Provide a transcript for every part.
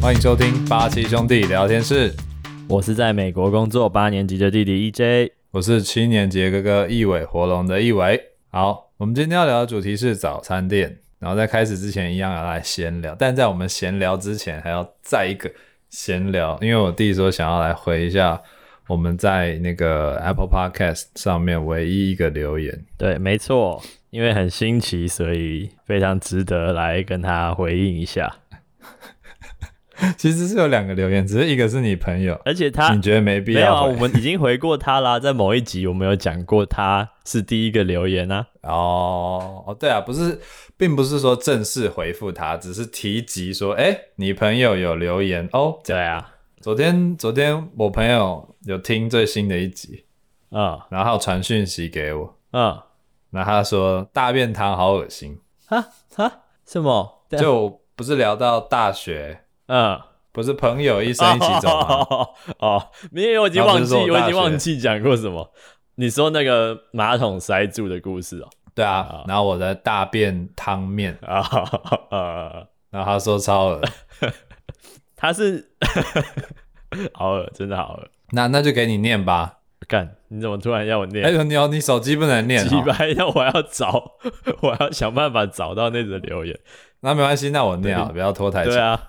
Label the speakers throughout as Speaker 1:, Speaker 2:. Speaker 1: 欢迎收听八七兄弟聊天室，
Speaker 2: 我是在美国工作八年级的弟 E 弟 EJ。
Speaker 1: 我是七年级的哥哥一尾活龙的一尾。好，我们今天要聊的主题是早餐店。然后在开始之前，一样要来闲聊，但在我们闲聊之前，还要再一个闲聊，因为我弟说想要来回一下我们在那个 Apple Podcast 上面唯一一个留言。
Speaker 2: 对，没错，因为很新奇，所以非常值得来跟他回应一下。
Speaker 1: 其实是有两个留言，只是一个是你朋友，
Speaker 2: 而且他
Speaker 1: 你觉得没必
Speaker 2: 没有啊，
Speaker 1: 要回
Speaker 2: 我们已经回过他啦，在某一集我们有讲过他是第一个留言啊。
Speaker 1: 哦哦，对啊，不是，并不是说正式回复他，只是提及说，哎，你朋友有留言哦。这
Speaker 2: 对
Speaker 1: 样
Speaker 2: 啊，
Speaker 1: 昨天昨天我朋友有听最新的一集，
Speaker 2: 嗯
Speaker 1: 然后他有传讯息给我，
Speaker 2: 嗯
Speaker 1: 然后他说大便汤好恶心，
Speaker 2: 哈哈，什么？ 对啊
Speaker 1: 就我不是聊到大学，
Speaker 2: 嗯，
Speaker 1: 不是朋友一生一起走吗？
Speaker 2: 哦哦哦，因为我已经
Speaker 1: 然后
Speaker 2: 忘
Speaker 1: 啊不是说
Speaker 2: 记，
Speaker 1: 我
Speaker 2: 我已
Speaker 1: 大
Speaker 2: 经忘
Speaker 1: 学
Speaker 2: 记讲过什么。你说那个马桶塞住的故事哦，
Speaker 1: 对啊，然后我的大便汤面，
Speaker 2: 啊、呃
Speaker 1: 然后他说超恶，
Speaker 2: 他是 好恶，真的好恶。
Speaker 1: 那那就给你念 吧。
Speaker 2: 干，你怎么突然要我念
Speaker 1: 哎、？你哦，你手机不能念、
Speaker 2: 几
Speaker 1: 哦，
Speaker 2: 百，那我要找， 我要想办法找到那则留言。
Speaker 1: 那没关系，那我念啊，不要拖太久
Speaker 2: 对。啊，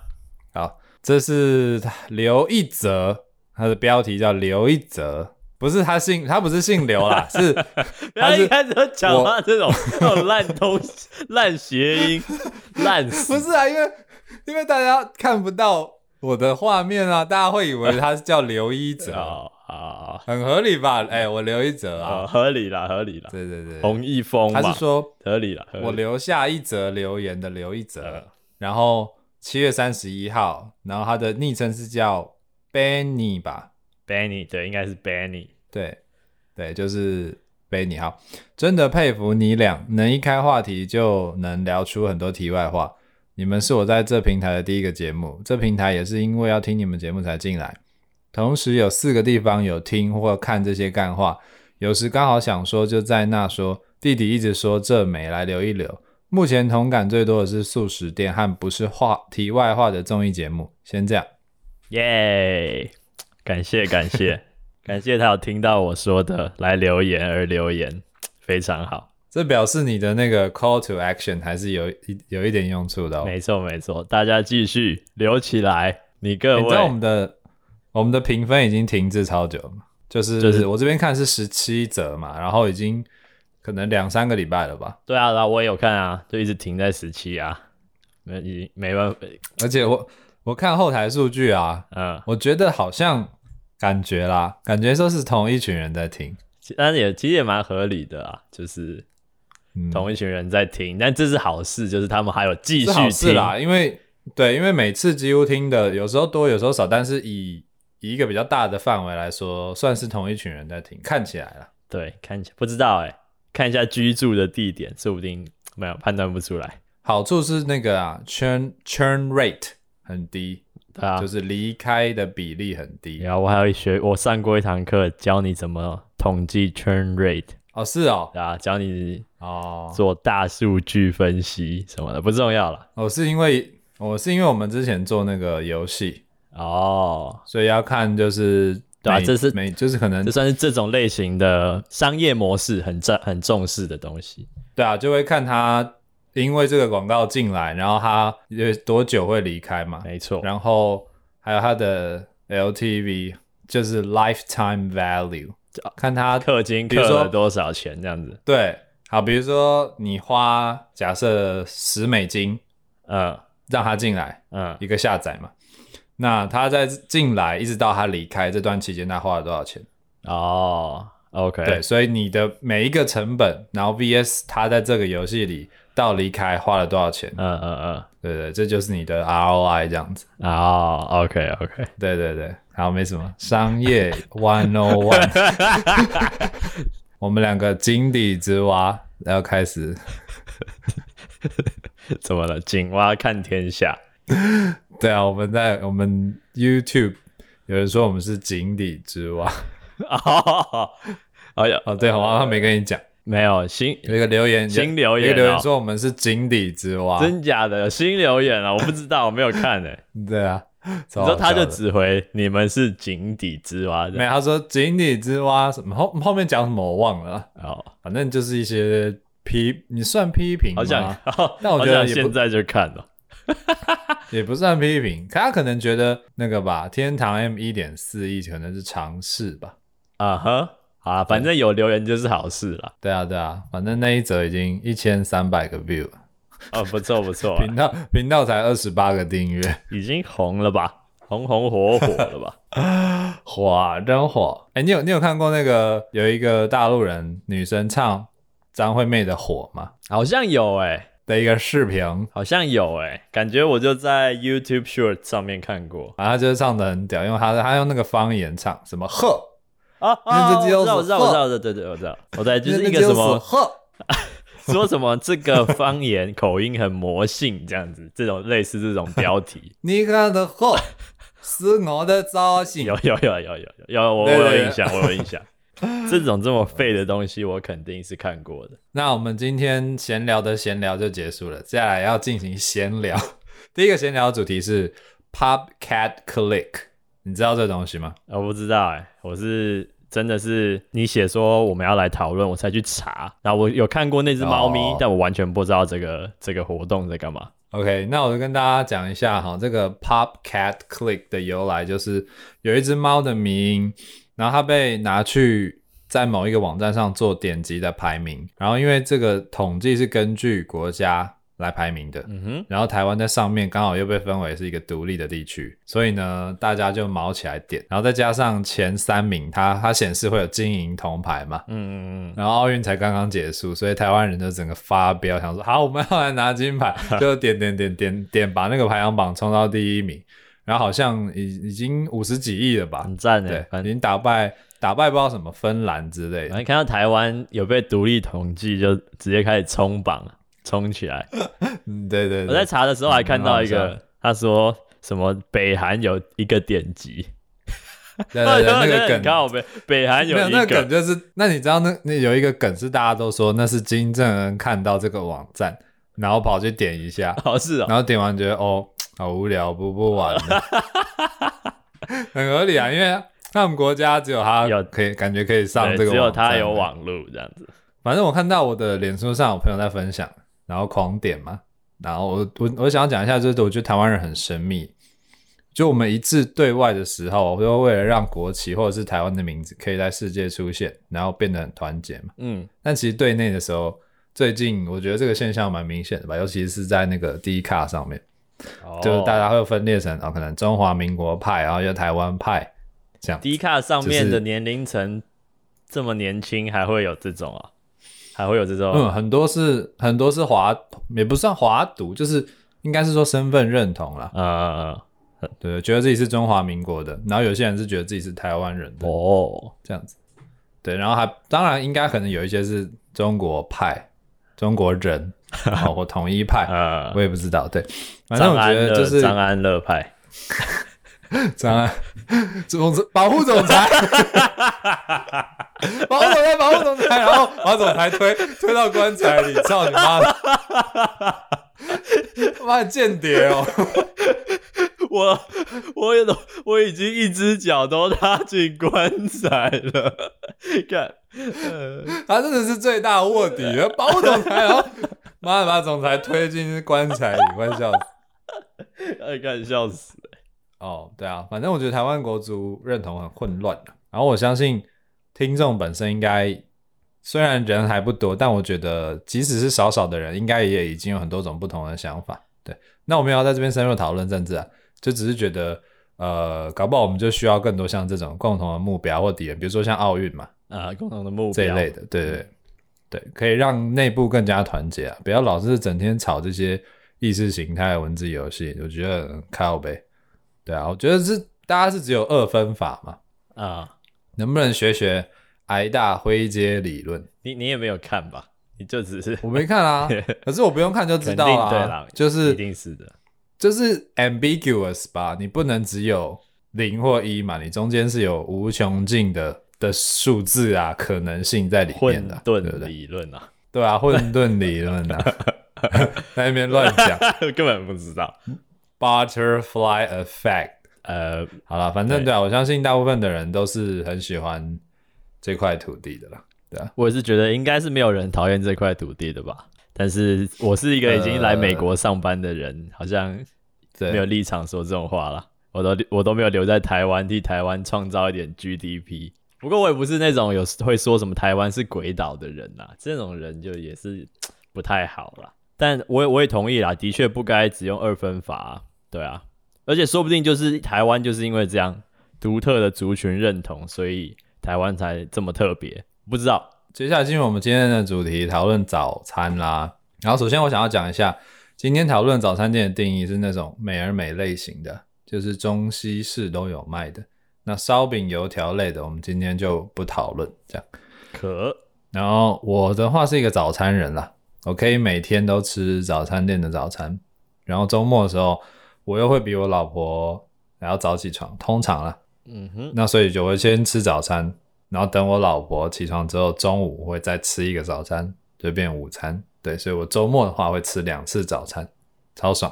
Speaker 1: 好，这是刘一泽，他的标题叫刘一泽，不是他姓，他不是姓刘 啦，是
Speaker 2: 不要
Speaker 1: 是
Speaker 2: 一开始就讲
Speaker 1: 我
Speaker 2: 话这种 这种烂东西、烂谐 音、烂
Speaker 1: 不
Speaker 2: 死。
Speaker 1: 是啊？因为因为大家看不到我的画面啊，大家会以为他是叫刘一泽，
Speaker 2: 哦啊
Speaker 1: 很合理吧？哎、我刘一泽啊，
Speaker 2: 啊，合理啦，合理啦。
Speaker 1: 对对对，
Speaker 2: 洪一峰
Speaker 1: 他
Speaker 2: 嘛
Speaker 1: 是，说
Speaker 2: 合理啦，合理
Speaker 1: 我留下一则留言的刘一泽
Speaker 2: 嗯，
Speaker 1: 然后七月三十一号，然后他的昵称是叫 Benny 吧，
Speaker 2: Benny 对，应该是 Benny。
Speaker 1: 对，对，就是贝尼好，真的佩服你俩，能一开话题就能聊出很多题外话。你们是我在这平台的第一个节目，这平台也是因为要听你们节目才进来。同时有四个地方有听或看这些干话，有时刚好想说就在那说。弟弟一直说这美来留一留。目前同感最多的是素食店和不是话题外话的综艺节目。先这样，
Speaker 2: 耶！感谢感谢 感谢他有听到我说的来留言而留言，非常好。
Speaker 1: 这表示你的那个 call to action 还是有一有一点用处的、哦。
Speaker 2: 没错没错，大家继续留起来，你各
Speaker 1: 欸你知道我
Speaker 2: 位
Speaker 1: 们的我们的评分已经停滞超久了嘛？就是
Speaker 2: 就是
Speaker 1: 我这边看是十七折嘛，然后已经可能两三个礼拜了吧。
Speaker 2: 对啊，然后我也有看啊，就一直停在十七啊，那已经没办法，
Speaker 1: 而且我我看后台数据啊，
Speaker 2: 嗯，
Speaker 1: 我觉得好像感觉啦，感觉说是同一群人在听，
Speaker 2: 其但是也其实也蛮合理的啊，就是
Speaker 1: 嗯，
Speaker 2: 同一群人在听，但这是好事，就是他们还有继
Speaker 1: 是好
Speaker 2: 续
Speaker 1: 事
Speaker 2: 听，
Speaker 1: 啦，因为对，因为每次几乎听的有时候多，有时候少，但是以以一个比较大的范围来说，算是同一群人在听，看起来啦。
Speaker 2: 对，看起不知道哎、看一下居住的地点，说不定没有判断不出来，
Speaker 1: 好处是那个啊，churn churn rate 很低，
Speaker 2: 对啊，
Speaker 1: 就是离开的比例很低。
Speaker 2: 然后我还有学，我上过一堂课，教你怎么统计 churn rate
Speaker 1: 哦，是哦，
Speaker 2: 啊，教你
Speaker 1: 哦，
Speaker 2: 做大数据分析什么的，不重要了。
Speaker 1: 我哦是因为我是因为我们之前做那个游戏，
Speaker 2: 哦，
Speaker 1: 所以要看就是
Speaker 2: 对啊
Speaker 1: 每
Speaker 2: 这是
Speaker 1: 每就是可能
Speaker 2: 这算是这种类型的商业模式很重很重视的东西。
Speaker 1: 对啊，就会看他因为这个广告进来，然后他有多久会离开嘛，
Speaker 2: 没错，
Speaker 1: 然后还有他的 LTV 就是 lifetime value，看
Speaker 2: 啊
Speaker 1: 他
Speaker 2: 氪金
Speaker 1: 比如
Speaker 2: 氪
Speaker 1: 说
Speaker 2: 了多少钱这样子？
Speaker 1: 对好，比如说你花假设十美金呃
Speaker 2: 嗯
Speaker 1: 让他进来，
Speaker 2: 嗯，
Speaker 1: 一个下载嘛。那他在进来一直到他离开这段期间，他花了多少钱？
Speaker 2: 哦，OK，
Speaker 1: 对，所以你的每一个成本，然后 VS 他在这个游戏里到离开花了多少钱？
Speaker 2: 嗯嗯
Speaker 1: 对对，这就是你的 ROI 这样子。
Speaker 2: 嗯，哦，OK OK，
Speaker 1: 对对对，好，没什么。商业 One O One，我们两个井底之蛙要开始。
Speaker 2: 怎么了？井蛙看天下，
Speaker 1: 对啊，我们在我们 YouTube 有人说我们是井底之蛙。
Speaker 2: 哦，哎呀，
Speaker 1: 哦，对，好像他没跟你讲。
Speaker 2: 没有新
Speaker 1: 有一个留言，
Speaker 2: 新留言哦
Speaker 1: 有一个留言说我们是井底之蛙，
Speaker 2: 真假的有新留言啊，我不知道，我没有看诶、
Speaker 1: 对啊，
Speaker 2: 你
Speaker 1: 然
Speaker 2: 说
Speaker 1: 后
Speaker 2: 他就只回你们是井底之蛙
Speaker 1: 没
Speaker 2: 的，
Speaker 1: 有，他说井底之蛙什么后后面讲什么我忘了啊，
Speaker 2: 哦，
Speaker 1: 反正就是一些批，你算批评吗？
Speaker 2: 好想，
Speaker 1: 但我
Speaker 2: 好
Speaker 1: 觉得
Speaker 2: 想
Speaker 1: 也不
Speaker 2: 现在就看哦。
Speaker 1: 也不算批评，他可能觉得那个吧，天堂 M 一点四亿可能是尝试吧。
Speaker 2: 啊哈，好啦，反正有留言就是好事啦。
Speaker 1: 对啊，对啊，反正那一则已经一千三百个 view 了，
Speaker 2: 哦，不错不 错啊，
Speaker 1: 频道频道才二十八个订阅，
Speaker 2: 已经红了吧，红红火火了吧？啊
Speaker 1: 火真火！哎，你有你有看过那个有一个大陆人女生唱张惠妹的《火》吗？
Speaker 2: 好像有哎、
Speaker 1: 的一个视频，
Speaker 2: 好像有哎、感觉我就在 YouTube Short 上面看过
Speaker 1: 然后她就是唱的很屌，因为她她用那个方言唱什么呵，
Speaker 2: 啊
Speaker 1: 那
Speaker 2: 啊！
Speaker 1: 这
Speaker 2: 我
Speaker 1: 就是
Speaker 2: 知道我知道
Speaker 1: 呵
Speaker 2: 我知道，对对对，我知道，我在就是
Speaker 1: 那
Speaker 2: 一个
Speaker 1: 就是
Speaker 2: 什么
Speaker 1: 呵，，
Speaker 2: 说什么这个方言口音很魔性这样子，这种类似这种标题
Speaker 1: 你看的呵是我的造型
Speaker 2: 有，有有有有有有，我我
Speaker 1: 对对
Speaker 2: 有
Speaker 1: 对
Speaker 2: 印象，我有 印象。这种这么废的东西，我肯定是看过的。
Speaker 1: 那我们今天闲聊的闲聊就结束了，接下来要进行闲聊。第一个闲聊主题是 Pub Cat Click，你知道这东西吗？
Speaker 2: 呃，我不知道哎、我是真的是你写说我们要来讨论，我才去查。然后我有看过那只猫咪，
Speaker 1: 哦
Speaker 2: 但我完全不知道这个这个活动在干嘛。
Speaker 1: OK，那我就跟大家讲一下哈，这个 Pop Cat Click 的由来就是有一只猫的迷因，然后它被拿去在某一个网站上做点击的排名，然后因为这个统计是根据国家来排名的，
Speaker 2: 嗯哼，
Speaker 1: 然后台湾在上面刚好又被分为是一个独立的地区，所以呢，大家就毛起来点，然后再加上前三名，它它显示会有金银铜牌嘛。
Speaker 2: 嗯嗯嗯，
Speaker 1: 然后奥运才刚刚结束，所以台湾人就整个发飙，想说好，我们要来拿金 牌，就点点点点点，把那个排行榜冲到第一名。然后好像已已经五十几亿了吧？
Speaker 2: 很赞哎、
Speaker 1: 对，
Speaker 2: 反嗯
Speaker 1: 已
Speaker 2: 正
Speaker 1: 经打败打败不知道什么芬兰之类
Speaker 2: 反
Speaker 1: 的。
Speaker 2: 正看到台湾有被独立统计，就直接开始冲榜，冲起来。
Speaker 1: 嗯，对对对。
Speaker 2: 我在查的时候还看到一
Speaker 1: 嗯蛮好
Speaker 2: 个，他说什么北韩有一个点击，
Speaker 1: 对 对对，那个
Speaker 2: 你
Speaker 1: 梗
Speaker 2: 看我北北韩有
Speaker 1: 没有
Speaker 2: 一
Speaker 1: 那梗
Speaker 2: 个，
Speaker 1: 就是，那你知道那那有一个梗是大家都说那是金正恩看到这个网站，然后跑去点一下，
Speaker 2: 哦是哦，
Speaker 1: 然后点完觉得哦好无聊，不不玩了，很合理啊，因为他们国家只有他
Speaker 2: 有
Speaker 1: 可以感觉可以上
Speaker 2: 对
Speaker 1: 这个，
Speaker 2: 只有他有。网路这样子。
Speaker 1: 反正我看到我的脸书上有朋友在分享，然后狂点嘛，然后我我我想要讲一下，就是我觉得台湾人很神秘。就我们一致对外的时候，就为了让国旗或者是台湾的名字可以在世界出现，然后变得很团结嘛。
Speaker 2: 嗯，
Speaker 1: 但其实对内的时候，最近我觉得这个现象蛮明显的吧，尤其是在那个 D 卡上面，就是大家会分裂成啊、哦可能中华民国派，然后又台湾派这样。
Speaker 2: D 卡上
Speaker 1: 就
Speaker 2: 面
Speaker 1: 是
Speaker 2: 的年龄层这么年轻，还会有这种啊？还会有这种？
Speaker 1: 嗯，很多是很多是华，也不算华独，就是应该是说身份认同啦。
Speaker 2: 呃，
Speaker 1: 对，觉得自己是中华民国的，然后有些人是觉得自己是台湾人的、
Speaker 2: 哦，
Speaker 1: 这样子。对，然后还当然应该可能有一些是中国派、中国 人，哦、或统一派，
Speaker 2: 呃，
Speaker 1: 我也不知道。对，反正我
Speaker 2: 张
Speaker 1: 觉
Speaker 2: 安乐，
Speaker 1: 得就是
Speaker 2: 张安乐派，
Speaker 1: 张安，总保护总裁，保护总裁，保护总裁，然后把总裁推推到棺材里，操你妈的！妈的间谍哦！
Speaker 2: 我我也都我已经一只脚都踏进棺材 了，看，呃，
Speaker 1: 他真的是最大的卧底，保护总裁，然后妈的把总裁推进棺材里，快笑死！
Speaker 2: 哎看笑死，
Speaker 1: 哦，对啊，反正我觉得台湾国族认同很混乱啊、然后我相信听众本身应该虽然人还不多，但我觉得即使是少少的人，应该也已经有很多种不同的想法。对，那我们要在这边深入讨论政治啊，就只是觉得呃，搞不好我们就需要更多像这种共同的目标或敌人，比如说像奥运嘛
Speaker 2: 啊，共同的目标
Speaker 1: 这一类的，对
Speaker 2: 嗯
Speaker 1: 对对，可以让内部更加团结啊，不要老是整天吵这些意识形态的文字游戏，我觉得很靠呗。对啊，我觉得是大家是只有二分法嘛，
Speaker 2: 啊，
Speaker 1: 能不能学学挨大灰阶理论？
Speaker 2: 你你也没有看吧？你就只是
Speaker 1: 我没看 啊，可是我不用看就知道
Speaker 2: 肯定对
Speaker 1: 啦
Speaker 2: 啦，
Speaker 1: 就
Speaker 2: 一
Speaker 1: 是
Speaker 2: 定是的，
Speaker 1: 就是 ambiguous 吧，你不能只有零或一嘛，你中间是有无穷尽的的数字啊可能性在里面
Speaker 2: 混
Speaker 1: 的啊，对不
Speaker 2: 沌
Speaker 1: 对？
Speaker 2: 理论啊，
Speaker 1: 对 啊，混沌理论啊，在那边乱讲，
Speaker 2: 根本不知道。
Speaker 1: butterfly effect。
Speaker 2: 呃，
Speaker 1: 好了，反正
Speaker 2: 对
Speaker 1: 对啊，我相信大部分的人都是很喜欢这块土地的啦。
Speaker 2: 我是觉得应该是没有人讨厌这块土地的吧。但是我是一个已经来美国上班的人，好像
Speaker 1: 对，
Speaker 2: 没有立场说这种话啦。我都我都没有留在台湾，替台湾创造一点 GDP。不过我也不是那种有会说什么台湾是鬼岛的人啦，这种人就也是不太好啦。但我也我也同意啦，的确不该只用二分法、啊，对啊。而且说不定就是台湾就是因为这样独特的族群认同，所以台湾才这么特别。不知道，
Speaker 1: 接下来进入我们今天的主题，讨论早餐啦。然后首先我想要讲一下，今天讨论早餐店的定义是那种美而美类型的，就是中西式都有卖的。那烧饼、油条类的，我们今天就不讨论这样。
Speaker 2: 可
Speaker 1: 然后我的话是一个早餐人啦，我可以每天都吃早餐店的早餐，然后周末的时候我又会比我老婆还要早起床，通常啦，
Speaker 2: 嗯哼，
Speaker 1: 那所以就会先吃早餐，然后等我老婆起床之后，中午会再吃一个早餐，就变午餐。对，所以我周末的话会吃两次早餐，超爽，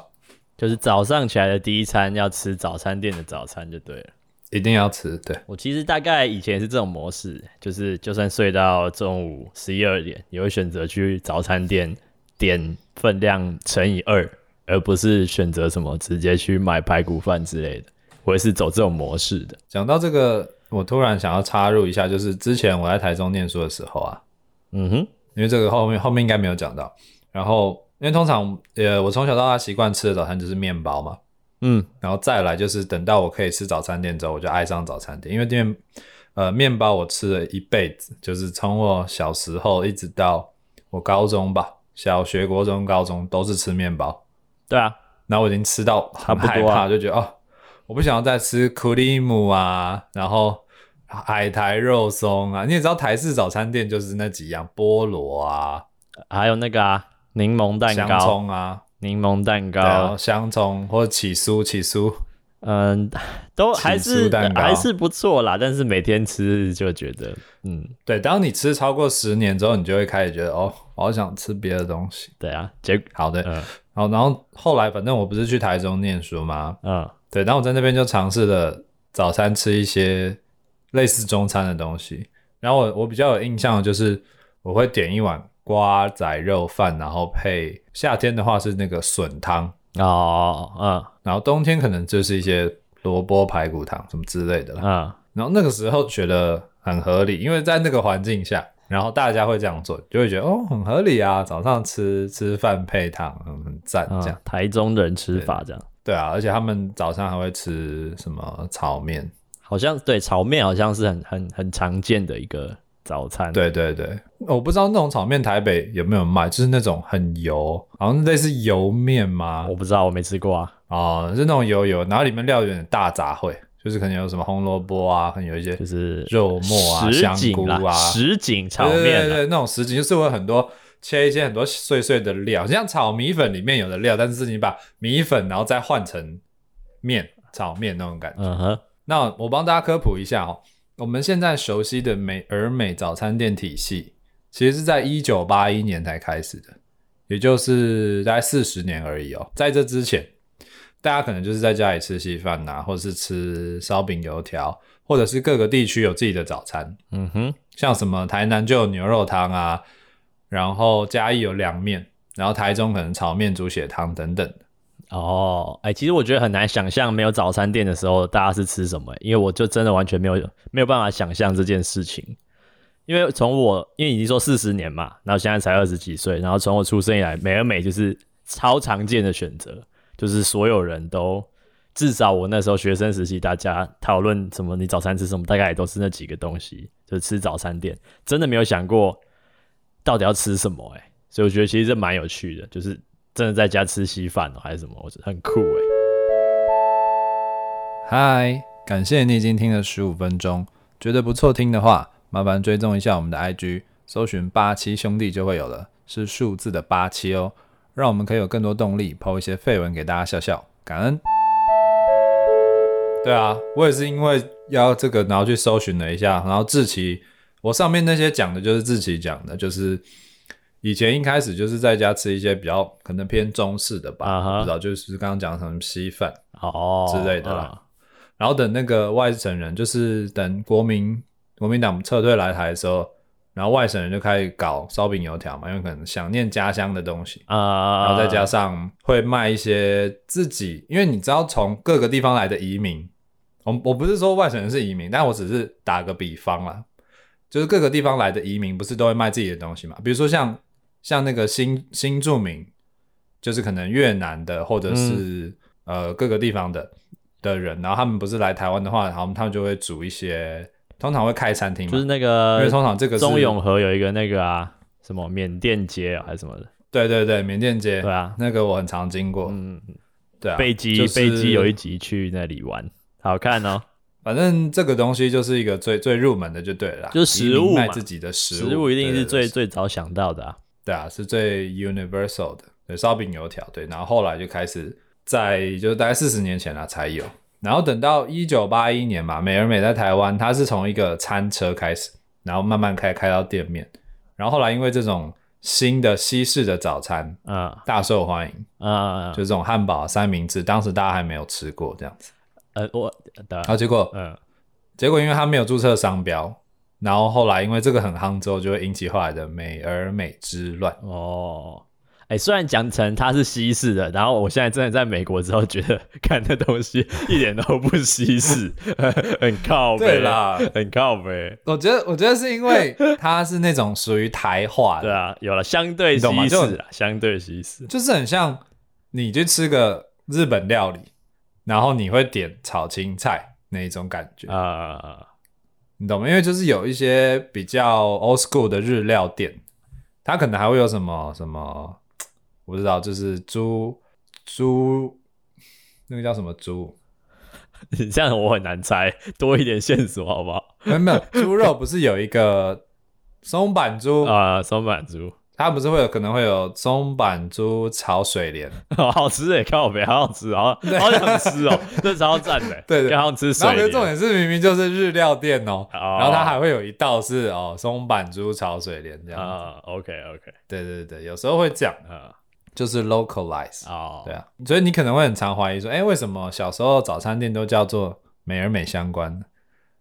Speaker 2: 就是早上起来的第一餐要吃早餐店的早餐就对了。
Speaker 1: 一定要吃。对，
Speaker 2: 我其实大概以前也是这种模式，就是就算睡到中午十一二点，也会选择去早餐店点分量乘以二，而不是选择什么直接去买排骨饭之类的。我也是走这种模式的。
Speaker 1: 讲到这个，我突然想要插入一下，就是之前我在台中念书的时候啊，
Speaker 2: 嗯哼，
Speaker 1: 因为这个后面后面应该没有讲到。然后因为通常呃，我从小到大习惯吃的早餐就是面包嘛，
Speaker 2: 嗯，
Speaker 1: 然后再来就是等到我可以吃早餐店之后，我就爱上早餐店，因为面呃面包我吃了一辈子，就是从我小时候一直到我高中吧，小学、国中、高中都是吃面包，
Speaker 2: 对啊，
Speaker 1: 然后我已经吃到很
Speaker 2: 差
Speaker 1: 害
Speaker 2: 不多啊
Speaker 1: 怕，就觉得哦，我不想要再吃库里姆啊，然后海苔肉松啊，你也知道台式早餐店就是那几样，菠萝啊、
Speaker 2: 还有那个啊，柠檬蛋
Speaker 1: 香
Speaker 2: 糕，
Speaker 1: 葱啊，
Speaker 2: 柠檬蛋
Speaker 1: 然后
Speaker 2: 糕，
Speaker 1: 香葱或者起酥起酥，
Speaker 2: 嗯， 都还
Speaker 1: 起
Speaker 2: 是
Speaker 1: 酥蛋糕
Speaker 2: 还是不错啦，但是每天吃就觉得，嗯，
Speaker 1: 对，当你吃超过十年之后，你就会开始觉得哦，我好想吃别的东西。
Speaker 2: 对啊，结
Speaker 1: 好的，
Speaker 2: 嗯
Speaker 1: 好，然后后来反正我不是去台中念书吗？
Speaker 2: 嗯，
Speaker 1: 对，然后我在那边就尝试了早餐吃一些类似中餐的东西。然后我我比较有印象的就是我会点一碗瓜仔肉饭，然后配夏天的话是那个笋汤，
Speaker 2: 哦，
Speaker 1: 然后冬天可能就是一些萝卜排骨汤什么之类的啦
Speaker 2: 嗯。嗯。
Speaker 1: 然后那个时候觉得很合理，因为在那个环境下，然后大家会这样做，就会觉得哦很合理啊，早上吃吃饭配汤，嗯，很赞
Speaker 2: 嗯
Speaker 1: 这样。
Speaker 2: 台中人吃法这样，
Speaker 1: 对啊，而且他们早上还会吃什么炒面，
Speaker 2: 好像对炒面好像是很很很常见的一个早餐。，
Speaker 1: 对对对，我不知道那种炒面台北有没有卖，就是那种很油，好像类似油面吗
Speaker 2: 我？不知道，我没吃过啊，
Speaker 1: 哦、是那种油油，然后里面料有点大杂烩，就是可能有什么红萝卜啊，可能有一些
Speaker 2: 就是
Speaker 1: 肉末啊、
Speaker 2: 什
Speaker 1: 香
Speaker 2: 锦
Speaker 1: 菇
Speaker 2: 啦，
Speaker 1: 啊、
Speaker 2: 什锦炒
Speaker 1: 对
Speaker 2: 面啊
Speaker 1: 对
Speaker 2: 啦，
Speaker 1: 对，那种什锦就是会有很多切一些很多碎碎的料，像炒米粉里面有的料，但是你把米粉然后再换成面炒面那种感觉。
Speaker 2: 嗯哼，
Speaker 1: 那我帮大家科普一下哦，我们现在熟悉的美而美早餐店体系，其实是在一九八一年才开始的，也就是大概四十年而已哦。在这之前，大家可能就是在家里吃稀饭呐、或者是吃烧饼、油条，或者是各个地区有自己的早餐。
Speaker 2: 嗯哼，
Speaker 1: 像什么台南就有牛肉汤啊，然后嘉义有凉面，然后台中可能炒面、猪血汤等等。
Speaker 2: 哦，哎、其实我觉得很难想象没有早餐店的时候大家是吃什么、因为我就真的完全没有没有办法想象这件事情。因为从我因为已经说四十年嘛，然后现在才二十几岁，然后从我出生以来，美而美就是超常见的选择，就是所有人都至少我那时候学生时期，大家讨论什么你早餐吃什么，大概也都是那几个东西，就是吃早餐店，真的没有想过到底要吃什么哎、所以我觉得其实这蛮有趣的，就是真的在家吃稀饭、哦、还是什么，我觉得很酷哎、
Speaker 1: 嗨，感谢你已经听了十五分钟，觉得不错听的话，麻烦追踪一下我们的 IG，搜寻八七兄弟就会有了，是数字的八七哦，让我们可以有更多动力抛一些绯闻给大家笑笑，感恩。对啊，我也是因为要这个，然后去搜寻了一下，然后志奇，我上面那些讲的就是志奇讲的，就是以前一开始就是在家吃一些比较可能偏中式的吧，
Speaker 2: 啊哈
Speaker 1: 不知道就是刚刚讲的什么稀饭，
Speaker 2: 哦
Speaker 1: 之类的啦
Speaker 2: 嗯
Speaker 1: 然后等那个外省人，就是等国民国民党撤退来台的时候，然后外省人就开始搞烧饼油条嘛，因为可能想念家乡的东西，
Speaker 2: 啊，
Speaker 1: 然后再加上会卖一些自己，因为你知道从各个地方来的移民，我我不是说外省人是移民，但我只是打个比方啦，就是各个地方来的移民不是都会卖自己的东西嘛？比如说像像那个新新住民，就是可能越南的或者是、
Speaker 2: 嗯
Speaker 1: 呃各个地方的的人，然后他们不是来台湾的话，然后他们就会煮一些，通常会开餐厅嘛，
Speaker 2: 就是那
Speaker 1: 因为通
Speaker 2: 个
Speaker 1: 常这个是
Speaker 2: 中永和有一个那个啊，什么缅甸街啊还是什么的，
Speaker 1: 对对对缅甸街，
Speaker 2: 对啊，
Speaker 1: 那个我很常经过，
Speaker 2: 嗯，
Speaker 1: 对啊，
Speaker 2: 贝基
Speaker 1: 就是
Speaker 2: 贝基有一集去那里玩，好看 哦，
Speaker 1: 反正这个东西就是一个最最入门的，就对了啦，
Speaker 2: 就是食物
Speaker 1: 移
Speaker 2: 嘛
Speaker 1: 民卖自己的食物，
Speaker 2: 食物一定
Speaker 1: 对
Speaker 2: 是
Speaker 1: 对
Speaker 2: 最
Speaker 1: 对
Speaker 2: 最早想到的啊，
Speaker 1: 对啊，是最 universal 的，对，烧饼油条，对，然后后来就开始在就是大概四十年前啦才有，然后等到一九八一年嘛，美而美在台湾，它是从一个餐车开始，然后慢慢开开到店面，然后后来因为这种新的西式的早餐
Speaker 2: 啊
Speaker 1: 大受欢迎，
Speaker 2: 啊
Speaker 1: 就这种汉堡、三明治，当时大家还没有吃过这样子，
Speaker 2: 呃我的
Speaker 1: 然后结果
Speaker 2: 嗯
Speaker 1: 结果因为他没有注册商标，然后后来因为这个很夯之后，就会引起后来的美而美之乱。
Speaker 2: 哦。哎、虽然讲成它是西式的，然后我现在真的在美国之后觉得， 看那东西一点都不西式， 很靠北
Speaker 1: 对，啦，
Speaker 2: 很靠北。
Speaker 1: 我觉得我觉得是因 为它是那种属于台化
Speaker 2: 对
Speaker 1: 的，
Speaker 2: 啊，有了相对
Speaker 1: 你懂吗
Speaker 2: 西式
Speaker 1: 就
Speaker 2: 啊，相对西式。
Speaker 1: 就是很像你去吃个日本料理，然后你会点炒青菜那一种感觉，
Speaker 2: 啊、
Speaker 1: 你懂吗？因为就是有一些比较 old school 的日料店，它可能还会有什么什么，我不知道，就是猪猪那个叫什么猪。
Speaker 2: 你这样我很难猜，多一点线索好不好？
Speaker 1: 没有没有，猪肉不是有一个松板猪，
Speaker 2: 啊、松板猪，
Speaker 1: 它不是会有可能会有松板猪炒水莲，
Speaker 2: 好哦好吃诶，靠北，好好吃，好好想吃 哦，这超赞的。
Speaker 1: 对对
Speaker 2: 刚好吃
Speaker 1: 然
Speaker 2: 水
Speaker 1: 后可是
Speaker 2: 莲。
Speaker 1: 重点是明明就是日料店哦，
Speaker 2: 哦
Speaker 1: 然后它还会有一道是哦松板猪炒水莲这样，
Speaker 2: 啊，OK，OK、o k
Speaker 1: 对对对，有时候会这样，
Speaker 2: OK，啊、
Speaker 1: 就是 localize，、
Speaker 2: 哦，
Speaker 1: 对啊，所以你可能会很常怀疑说，哎，为什么小时候早餐店都叫做美而美相关的，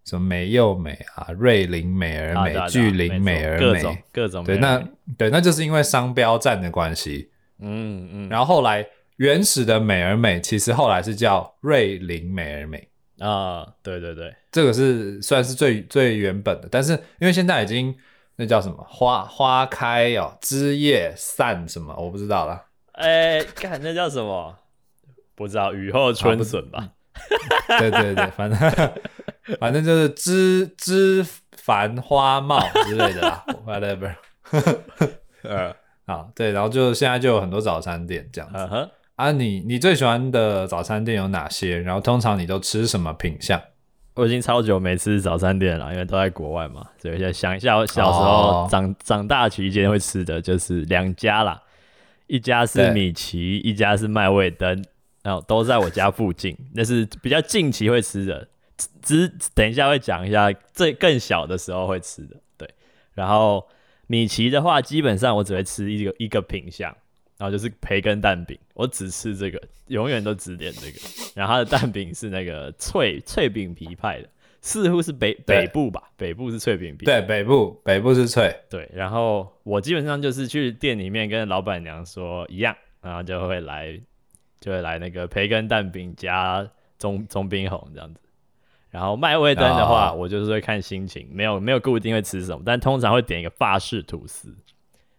Speaker 1: 什么美又美啊，瑞林美而
Speaker 2: 啊
Speaker 1: 美
Speaker 2: 对啊，
Speaker 1: 巨
Speaker 2: 对啊
Speaker 1: 林
Speaker 2: 没
Speaker 1: 美
Speaker 2: 错
Speaker 1: 而
Speaker 2: 各
Speaker 1: 美
Speaker 2: 种，各种
Speaker 1: 对，
Speaker 2: 美
Speaker 1: 那
Speaker 2: 而美
Speaker 1: 对，那就是因为商标战的关系。
Speaker 2: 嗯嗯，
Speaker 1: 然后后来原始的美而美，其实后来是叫瑞林美而美，
Speaker 2: 啊、对对对，
Speaker 1: 这个是算是最最原本的。但是因为现在已经那叫什么花花开哦，枝叶散什么，我不知道啦。
Speaker 2: 哎、看那叫什么？不知道，雨
Speaker 1: 啊
Speaker 2: 后春笋吧？
Speaker 1: 对对对，反正 反正就是枝枝繁花茂之类的啦，whatever
Speaker 2: 嗯
Speaker 1: 啊，对，然后就现在就有很多早餐店这样子。
Speaker 2: 嗯哼，
Speaker 1: 啊你，你最喜欢的早餐店有哪些？然后通常你都吃什么品相？
Speaker 2: 我已经超久没吃早餐店了，因为都在国外嘛，所以我现在想一下，我小时
Speaker 1: 哦
Speaker 2: 候长、长大期间会吃的就是两家啦，一家是
Speaker 1: 对
Speaker 2: 米奇，一家是麦味登，然后都在我家附近，那是比较近期会吃的。只只等一下会讲一下，这更小的时候会吃的，对。然后米奇的话，基本上我只会吃一个一个品相，然后就是培根蛋饼，我只吃这个，永远都只点这个。然后它的蛋饼是那个脆脆饼皮派的，似乎是北
Speaker 1: 对
Speaker 2: 北部吧，北部是脆饼皮。
Speaker 1: 对，北部北部是脆，
Speaker 2: 对，然后我基本上就是去店里面跟老板娘说一样，然后就会来就会来那个培根蛋饼加中中冰红这样子。然后麦味登的话，
Speaker 1: 哦
Speaker 2: 我就是会看心情，没有没有固定会吃什么，但通常会点一个法式吐司。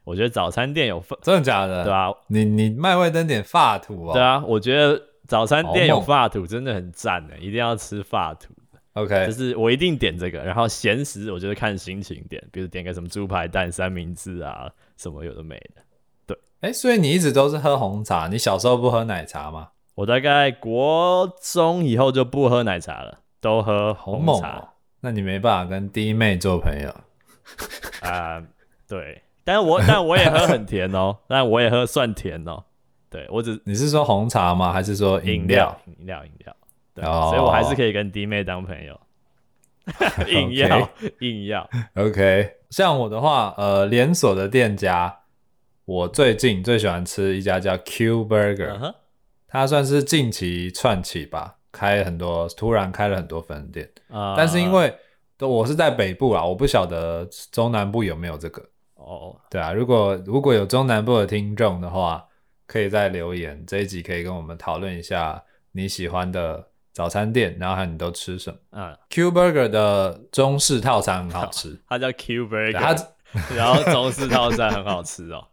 Speaker 2: 我觉得早餐店有法，
Speaker 1: 真的假的？
Speaker 2: 对啊，
Speaker 1: 你你麦味登点发土哦。
Speaker 2: 对啊，我觉得早餐店
Speaker 1: 好
Speaker 2: 有
Speaker 1: 猛
Speaker 2: 发土真的很赞欸的，一定要吃发土。就
Speaker 1: OK，
Speaker 2: 是我一定点这个，然后闲时我就是看心情点，比如点个什么猪排蛋三明治啊，什么有的没的。
Speaker 1: 哎、所以你一直都是喝红茶，你小时候不喝奶茶吗？
Speaker 2: 我大概国中以后就不喝奶茶了，都喝
Speaker 1: 好
Speaker 2: 红
Speaker 1: 猛
Speaker 2: 茶
Speaker 1: 哦！那你没办法跟弟妹做朋友。
Speaker 2: 啊、对，但我 但我也喝很甜 哦，但我也喝算甜哦。对我只
Speaker 1: 你是说红茶吗？还是说饮
Speaker 2: 饮
Speaker 1: 料？
Speaker 2: 饮料饮料，对，
Speaker 1: 哦
Speaker 2: 所以我还是可以跟弟妹当朋 友。硬要硬要
Speaker 1: OK，像我的话，呃，连锁的店家我最近最喜欢吃一家叫 Q Burger，、
Speaker 2: 嗯哼，
Speaker 1: 它算是近期串起吧，开很多，突然开了很多分店。
Speaker 2: 啊
Speaker 1: 但是因为都我是在北部啊，我不晓得中南部有没有这个。
Speaker 2: 哦，
Speaker 1: 对啊，如果如果有中南部的听众的话，可以在留言这一集可以跟我们讨论一下你喜欢的早餐店，然后还有你都吃什么。
Speaker 2: 嗯，
Speaker 1: Q Burger 的中式套餐很好吃，
Speaker 2: 它叫 Q
Speaker 1: 对它
Speaker 2: Burger，然 后中式套餐很好吃哦，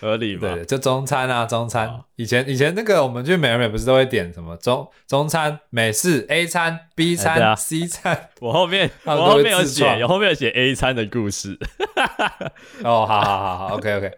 Speaker 2: 合理吗？
Speaker 1: 对，就中餐啊，中餐。
Speaker 2: 好
Speaker 1: 以前以前那个我们去美而美不是都会点什么中中餐、美式、A 餐、B 餐、
Speaker 2: 对啊
Speaker 1: C 餐？
Speaker 2: 我后面
Speaker 1: 他们
Speaker 2: 我
Speaker 1: 都会
Speaker 2: 后面有
Speaker 1: 自创
Speaker 2: 写，有后面有写 A 餐的故事，
Speaker 1: 哦，好好好好，OK OK。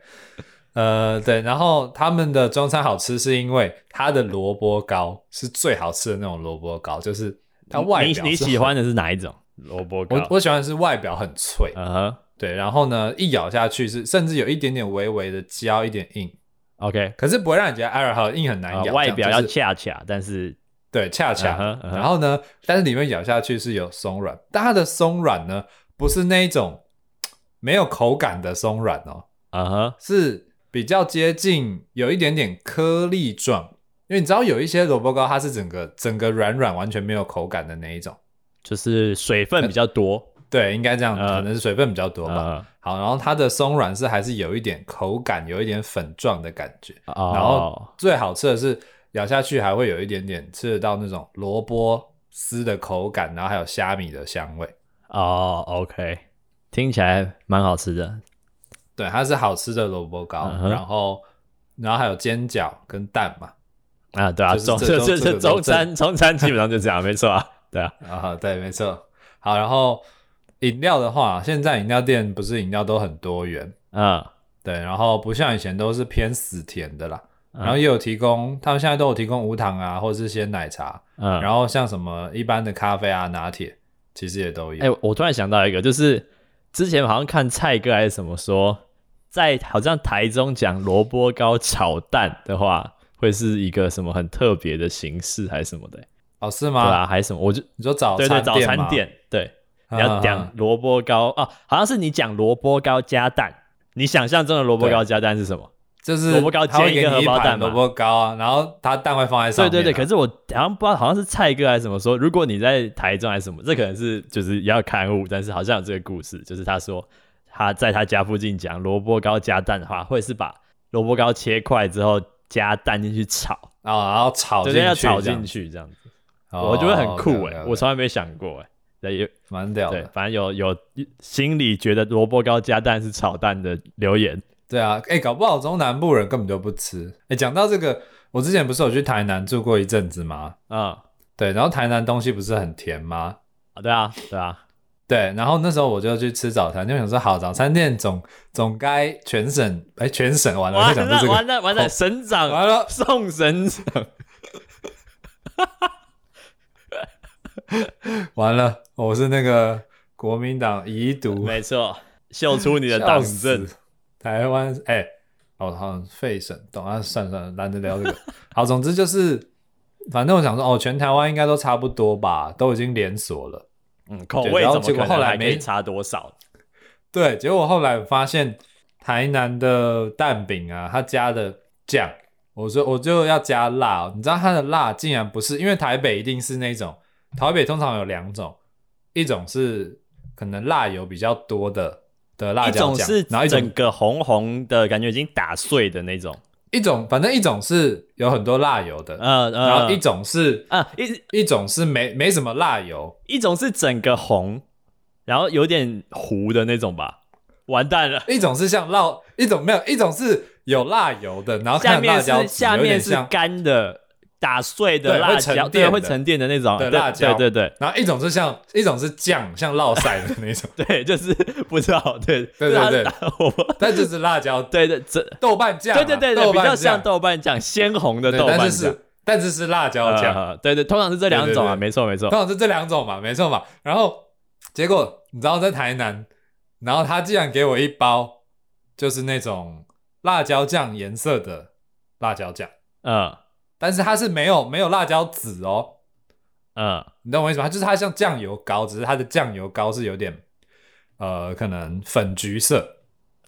Speaker 1: 呃，对，然后他们的中餐好吃是因为它的萝卜糕是最好吃的那种萝卜糕，就是它外
Speaker 2: 你
Speaker 1: 表
Speaker 2: 你
Speaker 1: 是
Speaker 2: 喜
Speaker 1: 很
Speaker 2: 欢的是哪一种萝卜糕
Speaker 1: 我？我喜欢的是外表很脆，
Speaker 2: 嗯哼
Speaker 1: 对，然后呢一咬下去是甚至有一点点微微的焦，一点硬，
Speaker 2: ，OK，
Speaker 1: 可是不会让你觉得哎呀好硬很难
Speaker 2: 啊
Speaker 1: 咬，这样
Speaker 2: 外表要
Speaker 1: 就是
Speaker 2: 恰恰，但是
Speaker 1: 对，恰恰。
Speaker 2: 嗯哼嗯哼
Speaker 1: 然后呢，但是里面咬下去是有松软，但它的松软呢，不是那一种嘖没有口感的松软哦，
Speaker 2: 嗯哼，
Speaker 1: 是比较接近有一点点颗粒状。因为你知道有一些萝卜糕，它是整个整个软软，完全没有口感的那一种。
Speaker 2: 就是水分比较多，
Speaker 1: 对，应该这样，
Speaker 2: 嗯
Speaker 1: 可能是水分比较多吧。
Speaker 2: 嗯，
Speaker 1: 好，然后它的松软是还是有一点口感，有一点粉状的感觉。然后
Speaker 2: 哦，
Speaker 1: 最好吃的是咬下去还会有一点点吃得到那种萝卜丝的口感，然后还有虾米的香味。
Speaker 2: 哦，OK，听起来蛮好吃的，
Speaker 1: 对，它是好吃的萝卜糕，
Speaker 2: 嗯哼
Speaker 1: 然后然后还有煎饺跟蛋嘛。
Speaker 2: 啊，对啊，
Speaker 1: 就是
Speaker 2: 中
Speaker 1: 这
Speaker 2: 这
Speaker 1: 中
Speaker 2: 这
Speaker 1: 这
Speaker 2: 这
Speaker 1: 个
Speaker 2: 中
Speaker 1: 中
Speaker 2: 餐中餐基本上就这样，没错啊，对啊，
Speaker 1: 啊，对，没错。好，然后饮料的话，现在饮料店不是饮料都很多元，
Speaker 2: 嗯，
Speaker 1: 对，然后不像以前都是偏死甜的啦。
Speaker 2: 嗯
Speaker 1: 然后也有提供，他们现在都有提供无糖啊，或者是鲜奶茶，
Speaker 2: 嗯，
Speaker 1: 然后像什么一般的咖啡啊、拿铁，其实也都有。
Speaker 2: 哎、我突然想到一个，就是之前好像看蔡哥还是什么说，在好像台中讲萝卜糕炒蛋的话，会是一个什么很特别的形式还是什么的、欸
Speaker 1: 哦，是
Speaker 2: 对
Speaker 1: 吗？
Speaker 2: 啊，还是什么？我就
Speaker 1: 你说早
Speaker 2: 对
Speaker 1: 餐
Speaker 2: 对，早
Speaker 1: 店
Speaker 2: 餐
Speaker 1: 吗，
Speaker 2: 店，对，你
Speaker 1: 啊
Speaker 2: 要讲萝卜糕哦，好像是你讲萝卜糕加蛋，你想象中的萝卜糕加蛋是什么？
Speaker 1: 就是
Speaker 2: 萝卜糕
Speaker 1: 他会
Speaker 2: 煎一
Speaker 1: 给
Speaker 2: 个
Speaker 1: 你一
Speaker 2: 荷包
Speaker 1: 盘
Speaker 2: 蛋嘛
Speaker 1: 萝卜糕啊，然后它蛋会放在上面
Speaker 2: 对
Speaker 1: 啊、
Speaker 2: 对对，可是我好像不知道，好像是蔡哥还是什么说，如果你在台中还是什么，这可能是就是要刊物，但是好像有这个故事，就是他说他在他家附近讲萝卜糕加蛋的话，会是把萝卜糕切块之后加蛋进去炒，
Speaker 1: 啊、然后炒
Speaker 2: 对
Speaker 1: 进
Speaker 2: 对，哦要
Speaker 1: 去，
Speaker 2: 炒进，去这样子，
Speaker 1: 哦、
Speaker 2: 我觉得很酷哎、
Speaker 1: 哎、
Speaker 2: 我从来没想过哎、对哦有
Speaker 1: 蛮屌的
Speaker 2: 对
Speaker 1: 对，
Speaker 2: 反正有有心里觉得萝卜糕加蛋是炒蛋的留言，
Speaker 1: 啊，哎、搞不好中南部人根本就不吃。哎、讲到这个，我之前不是有去台南住过一阵子吗？
Speaker 2: 嗯，
Speaker 1: 对，然后台南东西不是很甜吗？
Speaker 2: 啊对啊对啊，
Speaker 1: 对，然后那时候我就去吃早餐，就想说好，早餐店总总该全省哎、全省完了，我
Speaker 2: 完
Speaker 1: 就想说这
Speaker 2: 了
Speaker 1: 个
Speaker 2: 完了完了，省长
Speaker 1: 完了，
Speaker 2: 送省长。
Speaker 1: 完了，我是那个国民党遗毒，
Speaker 2: 没错，秀出你的
Speaker 1: 笑
Speaker 2: 党
Speaker 1: 死
Speaker 2: 证。
Speaker 1: 台湾哎、哦，好像费省懂啊，算了算了，懒得聊这个。好，总之就是，反正我想说，哦，全台湾应该都差不多吧，都已经连锁了。
Speaker 2: 嗯，口
Speaker 1: 对
Speaker 2: 味
Speaker 1: 然后
Speaker 2: 怎么
Speaker 1: 结
Speaker 2: 可
Speaker 1: 果
Speaker 2: 能
Speaker 1: 后来
Speaker 2: 还可
Speaker 1: 没
Speaker 2: 以差多少？
Speaker 1: 对，结果后来我发现台南的蛋饼啊，它加的酱，我说我就要加辣、哦，你知道它的辣竟然不是，因为台北一定是那种，台北通常有两种，一种是可能辣油比较多的的辣
Speaker 2: 一
Speaker 1: 椒
Speaker 2: 种
Speaker 1: 酱
Speaker 2: 是，
Speaker 1: 然后一种
Speaker 2: 整个红红的感觉已经打碎的那种，
Speaker 1: 一种，反正一种是有很多辣油的，
Speaker 2: 呃呃，
Speaker 1: 然后一种是
Speaker 2: 啊一
Speaker 1: 一种是没没什么辣油，
Speaker 2: 一种是整个红，然后有点糊的那种吧。完蛋了，
Speaker 1: 一种是像辣，一种没有，一种是有辣油的，然后
Speaker 2: 下
Speaker 1: 看辣
Speaker 2: 面
Speaker 1: 椒
Speaker 2: 是
Speaker 1: 籽
Speaker 2: 下
Speaker 1: 有点
Speaker 2: 面是
Speaker 1: 像，
Speaker 2: 干的打碎的
Speaker 1: 对会
Speaker 2: 辣
Speaker 1: 沉
Speaker 2: 椒，
Speaker 1: 淀
Speaker 2: 对，
Speaker 1: 的
Speaker 2: 会沉淀的那种
Speaker 1: 对
Speaker 2: 对
Speaker 1: 辣椒
Speaker 2: 对对
Speaker 1: 然后一种是像一种是酱，像烙塞的那种
Speaker 2: ，对对，就是不知道，对
Speaker 1: 对对对，
Speaker 2: 我不
Speaker 1: 但就是辣椒
Speaker 2: 对对这，
Speaker 1: 豆瓣酱啊、
Speaker 2: 对对对对，
Speaker 1: 豆
Speaker 2: 比
Speaker 1: 瓣
Speaker 2: 较像
Speaker 1: 酱
Speaker 2: 豆瓣酱，鲜红的
Speaker 1: 对
Speaker 2: 豆瓣
Speaker 1: 但是
Speaker 2: 酱。
Speaker 1: 是但是是辣椒酱，
Speaker 2: 呃对对，通常是这两种
Speaker 1: 对对
Speaker 2: 啊，
Speaker 1: 对
Speaker 2: 没错没错
Speaker 1: 刚。好是这两种嘛，没错嘛。然后结果你知道在台南，然后他竟然给我一包，就是那种辣椒酱颜色的辣椒酱，
Speaker 2: 嗯
Speaker 1: 但是它是没有没有辣椒籽哦，
Speaker 2: 嗯
Speaker 1: 你懂我意思吗？它就是它像酱油膏，只是它的酱油膏是有点呃可能粉橘色，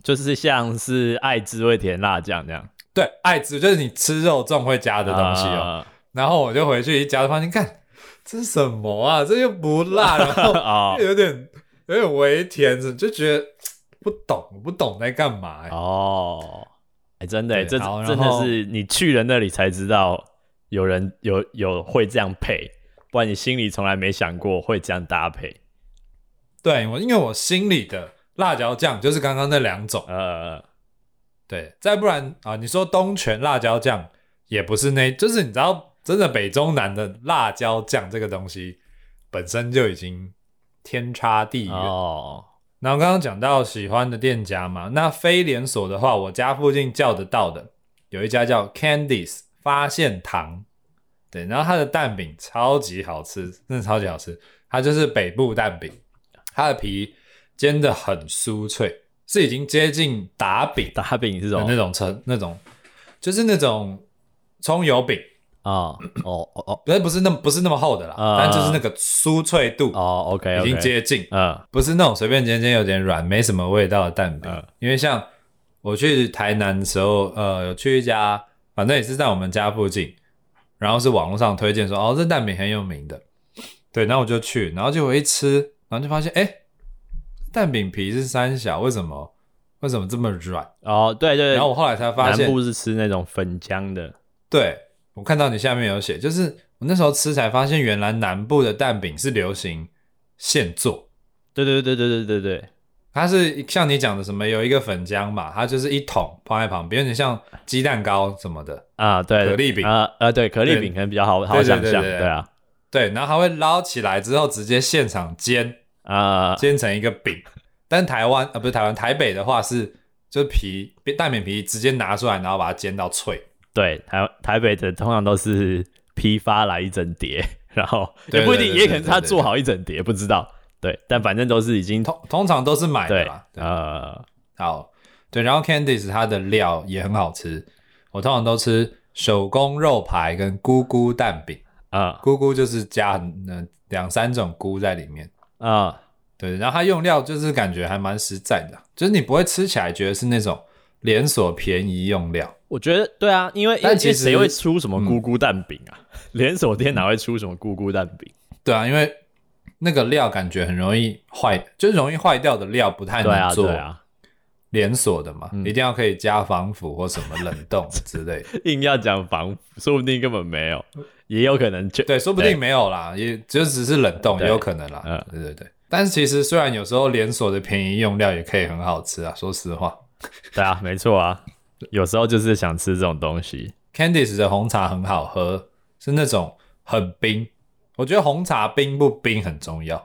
Speaker 2: 就是像是爱滋味甜辣酱这样
Speaker 1: 对，爱滋就是你吃肉粽会加的东西哦。
Speaker 2: 啊
Speaker 1: 然后我就回去一夹，发现看这是什么啊？这又不辣，然 后
Speaker 2: 哦
Speaker 1: 有点有点微甜，就觉得不懂，我不懂在干嘛、欸。
Speaker 2: 哦，哎，真的欸，
Speaker 1: 对
Speaker 2: 这
Speaker 1: 好然
Speaker 2: 真的
Speaker 1: 后
Speaker 2: 是你去了那里才知道有人有有会这样配，不然你心里从来没想过会这样搭配。
Speaker 1: 对我，因为我心里的辣椒酱就是刚刚那两种，
Speaker 2: 呃，
Speaker 1: 对，再不然啊，你说东泉辣椒酱也不是那，就是你知道，真的北中南的辣椒酱这个东西本身就已经天差地远。
Speaker 2: 哦，
Speaker 1: 然后刚刚讲到喜欢的店家嘛，那非连锁的话，我家附近叫得到的有一家叫 Candies 发现堂，对，然后它的蛋饼超级好吃，真的超级好吃，它就是北部蛋饼，它的皮煎的很酥脆，是已经接近打饼的
Speaker 2: 打饼是什
Speaker 1: 那
Speaker 2: 么？
Speaker 1: 种程那种，就是那种葱油饼，
Speaker 2: 哦哦哦哦
Speaker 1: 不是不是那么不是那么厚的啦，
Speaker 2: 啊
Speaker 1: 但就是那个酥脆度
Speaker 2: 哦，OK，
Speaker 1: 已经接近。
Speaker 2: 嗯
Speaker 1: 不是那种随便煎煎有点软没什么味道的蛋饼，
Speaker 2: 嗯
Speaker 1: 因为像我去台南的时候，呃，有去一家，反正也是在我们家附近，然后是网络上推荐说，哦，这蛋饼很有名的，对，然后我就去，然后结果一吃，然后就发现，哎、蛋饼皮是三小，为什么为什么这么软？
Speaker 2: 哦，对对，对
Speaker 1: 然后我后来才发
Speaker 2: 南
Speaker 1: 现，
Speaker 2: 部是吃那种粉浆的，
Speaker 1: 对我看到你下面有写，就是我那时候吃才发现，原来南部的蛋饼是流行现做。
Speaker 2: 对对对对对对对，
Speaker 1: 它是像你讲的什么，有一个粉浆嘛，它就是一桶放在旁边，有点像鸡蛋糕什么的。
Speaker 2: 啊，对，
Speaker 1: 可丽饼
Speaker 2: 啊呃，对，可丽
Speaker 1: 对
Speaker 2: 饼可能比较好好
Speaker 1: 对对
Speaker 2: 想
Speaker 1: 对
Speaker 2: 象，
Speaker 1: 对对
Speaker 2: 对啊，
Speaker 1: 对，然后它会捞起来之后直接现场煎，
Speaker 2: 啊
Speaker 1: 煎成一个饼。但台湾啊，不是台湾，台北的话是就是皮蛋饼皮直接拿出来，然后把它煎到脆。
Speaker 2: 对，台台北的通常都是批发来一整叠，然后
Speaker 1: 对
Speaker 2: 也不一
Speaker 1: 对
Speaker 2: 定，
Speaker 1: 对
Speaker 2: 也可能
Speaker 1: 对
Speaker 2: 是他
Speaker 1: 对
Speaker 2: 做
Speaker 1: 对
Speaker 2: 好一整叠，不知道。对，但反正都是已经
Speaker 1: 通通常都是买的
Speaker 2: 对
Speaker 1: 啦。对
Speaker 2: 呃
Speaker 1: 好，对，然后 Candice 它的料也很好吃，我通常都吃手工肉排跟菇菇蛋饼，
Speaker 2: 啊
Speaker 1: 菇菇就是加很呃两三种菇在里面。
Speaker 2: 啊
Speaker 1: 对，然后它用料就是感觉还蛮实在的，啊就是你不会吃起来觉得是那种连锁便宜用料。
Speaker 2: 我觉得对啊，因为因
Speaker 1: 但
Speaker 2: 为
Speaker 1: 其实嗯
Speaker 2: 谁会出什么咕咕蛋饼啊？ 连锁店哪会出什么咕咕蛋饼？
Speaker 1: 对啊，因为那个料感觉很容易坏，就是容易坏掉的料不太
Speaker 2: 对
Speaker 1: 能
Speaker 2: 啊
Speaker 1: 做
Speaker 2: 对啊，
Speaker 1: 连锁的嘛，
Speaker 2: 嗯
Speaker 1: 一定要可以加防腐或什么冷 冻之类的。
Speaker 2: 硬要讲防腐，说不定根本没有，也有可能就
Speaker 1: 对，说不
Speaker 2: 对
Speaker 1: 定没有啦，也就只是冷冻
Speaker 2: 对
Speaker 1: 也有可能啦。
Speaker 2: 嗯
Speaker 1: 对对对。但是其实虽然有时候连锁的便宜用料也可以很好吃啊，说实话
Speaker 2: 对啊，没错啊，有时候就是想吃这种东西。
Speaker 1: ，Candice 的红茶很好喝，是那种很冰。我觉得红茶冰不冰很重要。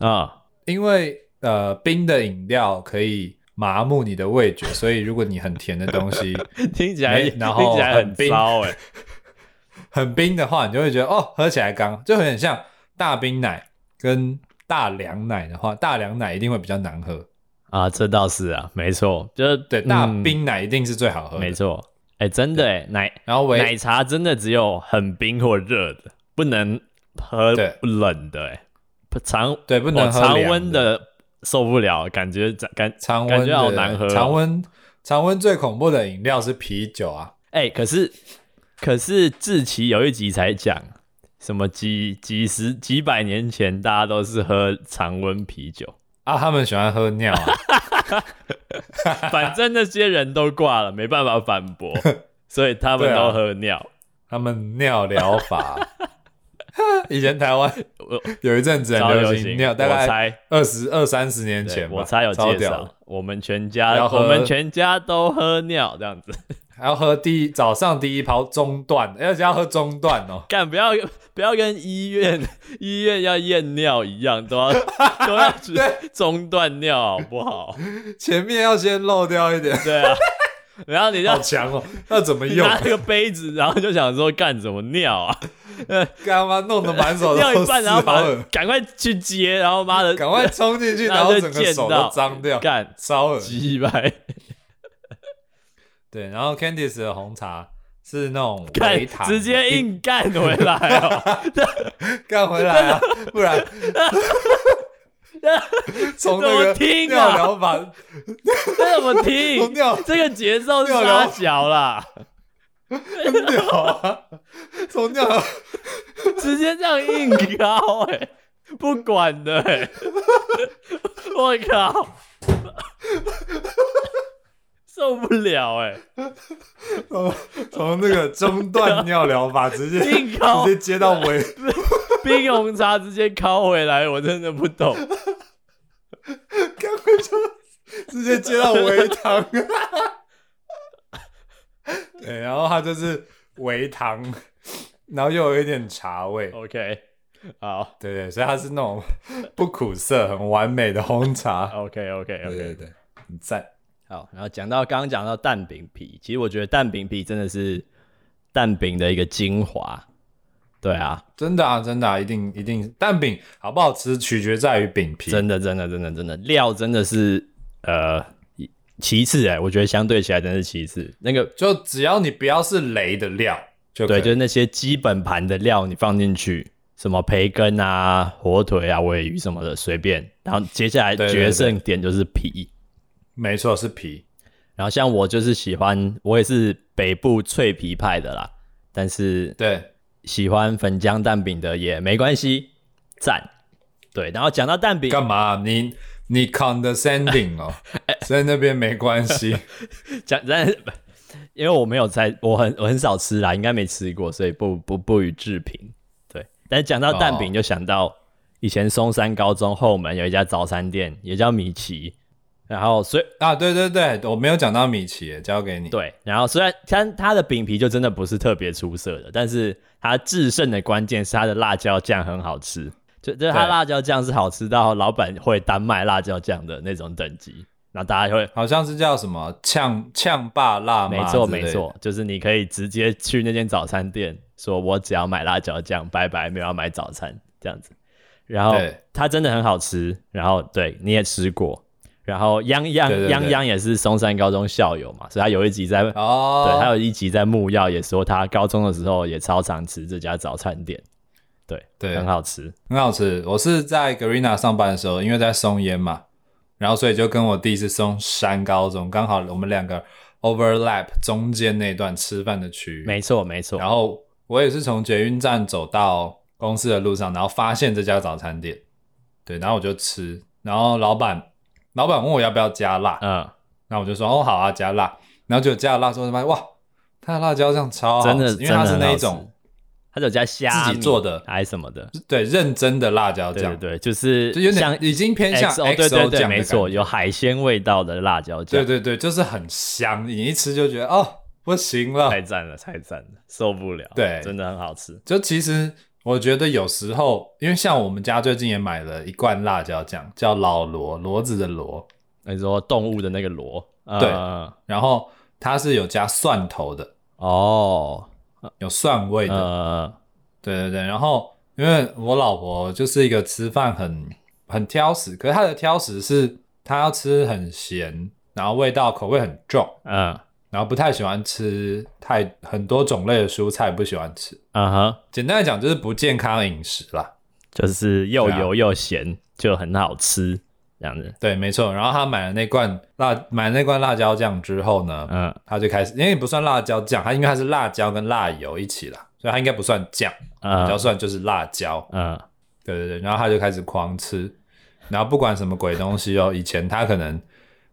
Speaker 2: 啊、
Speaker 1: 因为呃，冰的饮料可以麻木你的味觉，所以如果你很甜的东 西
Speaker 2: 听起来
Speaker 1: 没
Speaker 2: 听
Speaker 1: 然后
Speaker 2: 起来
Speaker 1: 很
Speaker 2: 很
Speaker 1: 冰
Speaker 2: 糟哎、
Speaker 1: 很冰的话，你就会觉得哦，喝起来刚就很像大冰奶跟大凉奶的话，大凉奶一定会比较难喝，
Speaker 2: 啊，这倒是啊，没错，就是
Speaker 1: 对，大
Speaker 2: 嗯
Speaker 1: 冰奶一定是最好喝的。
Speaker 2: 没错，哎、真的哎、奶
Speaker 1: 然后
Speaker 2: 奶
Speaker 1: 维
Speaker 2: 茶真的只有很冰或热的，不能喝
Speaker 1: 对
Speaker 2: 冷的哎、不常
Speaker 1: 对不能
Speaker 2: 我
Speaker 1: 喝
Speaker 2: 常
Speaker 1: 凉
Speaker 2: 温的受不了，感觉感
Speaker 1: 常
Speaker 2: 感
Speaker 1: 温
Speaker 2: 觉
Speaker 1: 的
Speaker 2: 好难喝哦
Speaker 1: 常温常温最恐怖的饮料是啤酒啊，
Speaker 2: 哎、可是可是志奇有一集才讲什么几几十几百年前大家都是喝常温啤酒，
Speaker 1: 啊，他们喜欢喝尿 啊，
Speaker 2: 反正那些人都挂了，没办法反驳，所以他们
Speaker 1: 对啊
Speaker 2: 都喝尿。
Speaker 1: 他们尿疗法。 以前台湾
Speaker 2: 我
Speaker 1: 有一阵子
Speaker 2: 超
Speaker 1: 啊很流
Speaker 2: 行，
Speaker 1: 行尿，大
Speaker 2: 我
Speaker 1: 概
Speaker 2: 猜
Speaker 1: 二十二三十年
Speaker 2: 对
Speaker 1: 前吧，
Speaker 2: 我猜有
Speaker 1: 超
Speaker 2: 介
Speaker 1: 屌
Speaker 2: 绍
Speaker 1: 的，，
Speaker 2: 我们全家，
Speaker 1: 要
Speaker 2: 我
Speaker 1: 喝
Speaker 2: 们全家都喝尿这样子，。
Speaker 1: 还要喝第一早上第一泡中断，而且要喝中断哦
Speaker 2: 干不要不要跟医院 医院要验尿一样，都 要都要只中断尿好不好？
Speaker 1: 前面要先漏掉一 点，
Speaker 2: 对啊，然后你就
Speaker 1: 好强哦！那怎么
Speaker 2: 你
Speaker 1: 用？
Speaker 2: 拿那个杯子，然后就想说干什么尿啊？
Speaker 1: 干嘛弄得满手
Speaker 2: 尿
Speaker 1: 都
Speaker 2: 一
Speaker 1: 是，
Speaker 2: 半，然后把
Speaker 1: 好恶
Speaker 2: 它赶快去接，然后妈的
Speaker 1: 赶快冲进去，
Speaker 2: 然
Speaker 1: 然
Speaker 2: 后
Speaker 1: 后
Speaker 2: 就
Speaker 1: 整个手
Speaker 2: 溅到
Speaker 1: 都脏掉，
Speaker 2: 干
Speaker 1: 超恶心。
Speaker 2: 鸡掰，
Speaker 1: 对，然后 Candice 的红茶是那种
Speaker 2: 干
Speaker 1: 维糖，
Speaker 2: 直接硬干回来哦。 啊
Speaker 1: 干回来啊，不然 从那个
Speaker 2: 怎么听
Speaker 1: 尿
Speaker 2: 啊
Speaker 1: 疗法，
Speaker 2: 哎这怎么
Speaker 1: 从
Speaker 2: 听？啊
Speaker 1: 尿
Speaker 2: 这个节奏是
Speaker 1: 六
Speaker 2: 拉
Speaker 1: 楼
Speaker 2: 小啦，
Speaker 1: 尿啊， 从尿疗
Speaker 2: 直接这样硬高哎、不管的哎、我靠，受不了哎、
Speaker 1: 从从那个中断尿疗法直接
Speaker 2: 硬高
Speaker 1: 直接接到尾，
Speaker 2: 冰红茶直接拷回来，我真的不懂。
Speaker 1: 根本就直接接到围糖。 对，然后它就是围糖，然后又有一点茶味。
Speaker 2: OK，好
Speaker 1: 对对，所以它是那种不苦涩、很完美的红茶。
Speaker 2: ，OK OK
Speaker 1: 对
Speaker 2: OK，
Speaker 1: 对对，很赞。
Speaker 2: 好。然后讲到刚刚讲到蛋饼皮，其实我觉得蛋饼皮真的是蛋饼的一个精华。对啊，
Speaker 1: 真的啊，真的啊，一定一定，蛋饼好不好吃取决在于饼皮。
Speaker 2: 真的真的真的真的料真的是呃其次哎、我觉得相对起来真的是其次。那个
Speaker 1: 就只要你不要是雷的料就可
Speaker 2: 对，
Speaker 1: 以。
Speaker 2: 就是那些基本盘的料你放进去，什么培根啊、火腿啊、尾鱼什么的随便。然后接下来
Speaker 1: 对对
Speaker 2: 决
Speaker 1: 对
Speaker 2: 胜点就是皮。
Speaker 1: 没错，是皮。
Speaker 2: 然后像我就是喜欢，我也是北部脆皮派的啦，但是
Speaker 1: 对，
Speaker 2: 喜欢粉浆蛋饼的也没关系，赞。对，然后讲到蛋饼，
Speaker 1: 干嘛？啊你你 condescending 哦，在那边没关系。
Speaker 2: 讲但是 因为我没有在，我很我很少吃啦，应该没吃过，所以不不不予置评。对，但是讲到蛋饼，
Speaker 1: 哦
Speaker 2: 就想到以前松山高中后门有一家早餐店，也叫米奇。然后虽
Speaker 1: 啊，对对对，我没有讲到米奇耶，交给你。
Speaker 2: 对，然后虽然它它的饼皮就真的不是特别出色的，但是它制胜的关键是它的辣椒酱很好吃，就就是它
Speaker 1: 对
Speaker 2: 辣椒酱是好吃到老板会单卖辣椒酱的那种等级，然后大家就会。
Speaker 1: 好像是叫什么呛呛霸辣
Speaker 2: 没
Speaker 1: 妈，
Speaker 2: 错，没。错，就是你可以直接去那间早餐店，说我只要买辣椒酱，拜拜，没有要买早餐这样子。然后
Speaker 1: 对
Speaker 2: 它真的很好吃，然后对你也吃过，然后泱泱
Speaker 1: 对对对
Speaker 2: 泱泱也是松山高中校友嘛，所以他有一集在
Speaker 1: 哦，
Speaker 2: 对，还有一集在木曜也说他高中的时候也超常吃这家早餐店，对，
Speaker 1: 对
Speaker 2: 很好吃。
Speaker 1: 很好吃。我是在 Garena 上班的时候，因为在松烟嘛，然后所以就跟我弟是松山高中，刚好我们两个 overlap 中间那段吃饭的区域。
Speaker 2: 没错，没错
Speaker 1: 然。后我也是从捷运站走到公司的路上，然后发现这家早餐店，对，然后我就吃，然后老板老板问我要不要加辣，
Speaker 2: 嗯，
Speaker 1: 那我就说哦好啊加辣，然后就加了辣之后发现哇，它的辣椒酱超好吃
Speaker 2: 真的，
Speaker 1: 哦因为它是
Speaker 2: 真的很
Speaker 1: 那
Speaker 2: 好
Speaker 1: 一
Speaker 2: 吃
Speaker 1: 种，
Speaker 2: 他有加虾
Speaker 1: 自己
Speaker 2: 米
Speaker 1: 做的
Speaker 2: 还是什么的，
Speaker 1: 对认真的辣椒
Speaker 2: 对对
Speaker 1: 酱，
Speaker 2: 对，就是
Speaker 1: 就有
Speaker 2: 像
Speaker 1: 点已经偏向
Speaker 2: XO，对对
Speaker 1: XO
Speaker 2: 对，
Speaker 1: 酱
Speaker 2: 没
Speaker 1: 的
Speaker 2: 错，
Speaker 1: 感觉，
Speaker 2: 有海鲜味道的辣椒酱，
Speaker 1: 对对对，就是很香，你一吃就觉得哦不行了，
Speaker 2: 太赞了，太赞了，受不了，
Speaker 1: 对
Speaker 2: 真的很好吃。
Speaker 1: 就其实我觉得有时候，因为像我们家最近也买了一罐辣椒酱，叫老罗骡子的罗，
Speaker 2: 你说动物的那个螺，
Speaker 1: 对
Speaker 2: 嗯
Speaker 1: 然后它是有加蒜头的，
Speaker 2: 哦，
Speaker 1: 有蒜味的，
Speaker 2: 呃，
Speaker 1: 对对对。然后因为我老婆就是一个吃饭很很挑食，可是她的挑食是她要吃很咸，然后味道口味很重，
Speaker 2: 嗯，
Speaker 1: 然后不太喜欢吃太很多种类的蔬菜，不喜欢吃。
Speaker 2: 嗯哼，
Speaker 1: 简单来讲就是不健康饮食啦。
Speaker 2: 就是又
Speaker 1: 对啊
Speaker 2: 油又咸，就很好吃，这样子，
Speaker 1: 对，没错。然后他买了那罐辣，买了那罐辣椒酱之后呢，
Speaker 2: 嗯。
Speaker 1: 他就开始，因为不算辣椒酱，它因为它是辣椒跟辣油一起啦，所以它应该不算酱，比较
Speaker 2: 嗯
Speaker 1: 算就是辣椒。
Speaker 2: 嗯，
Speaker 1: 对对对，然后他就开始狂吃，然后不管什么鬼东西哦，以前他可能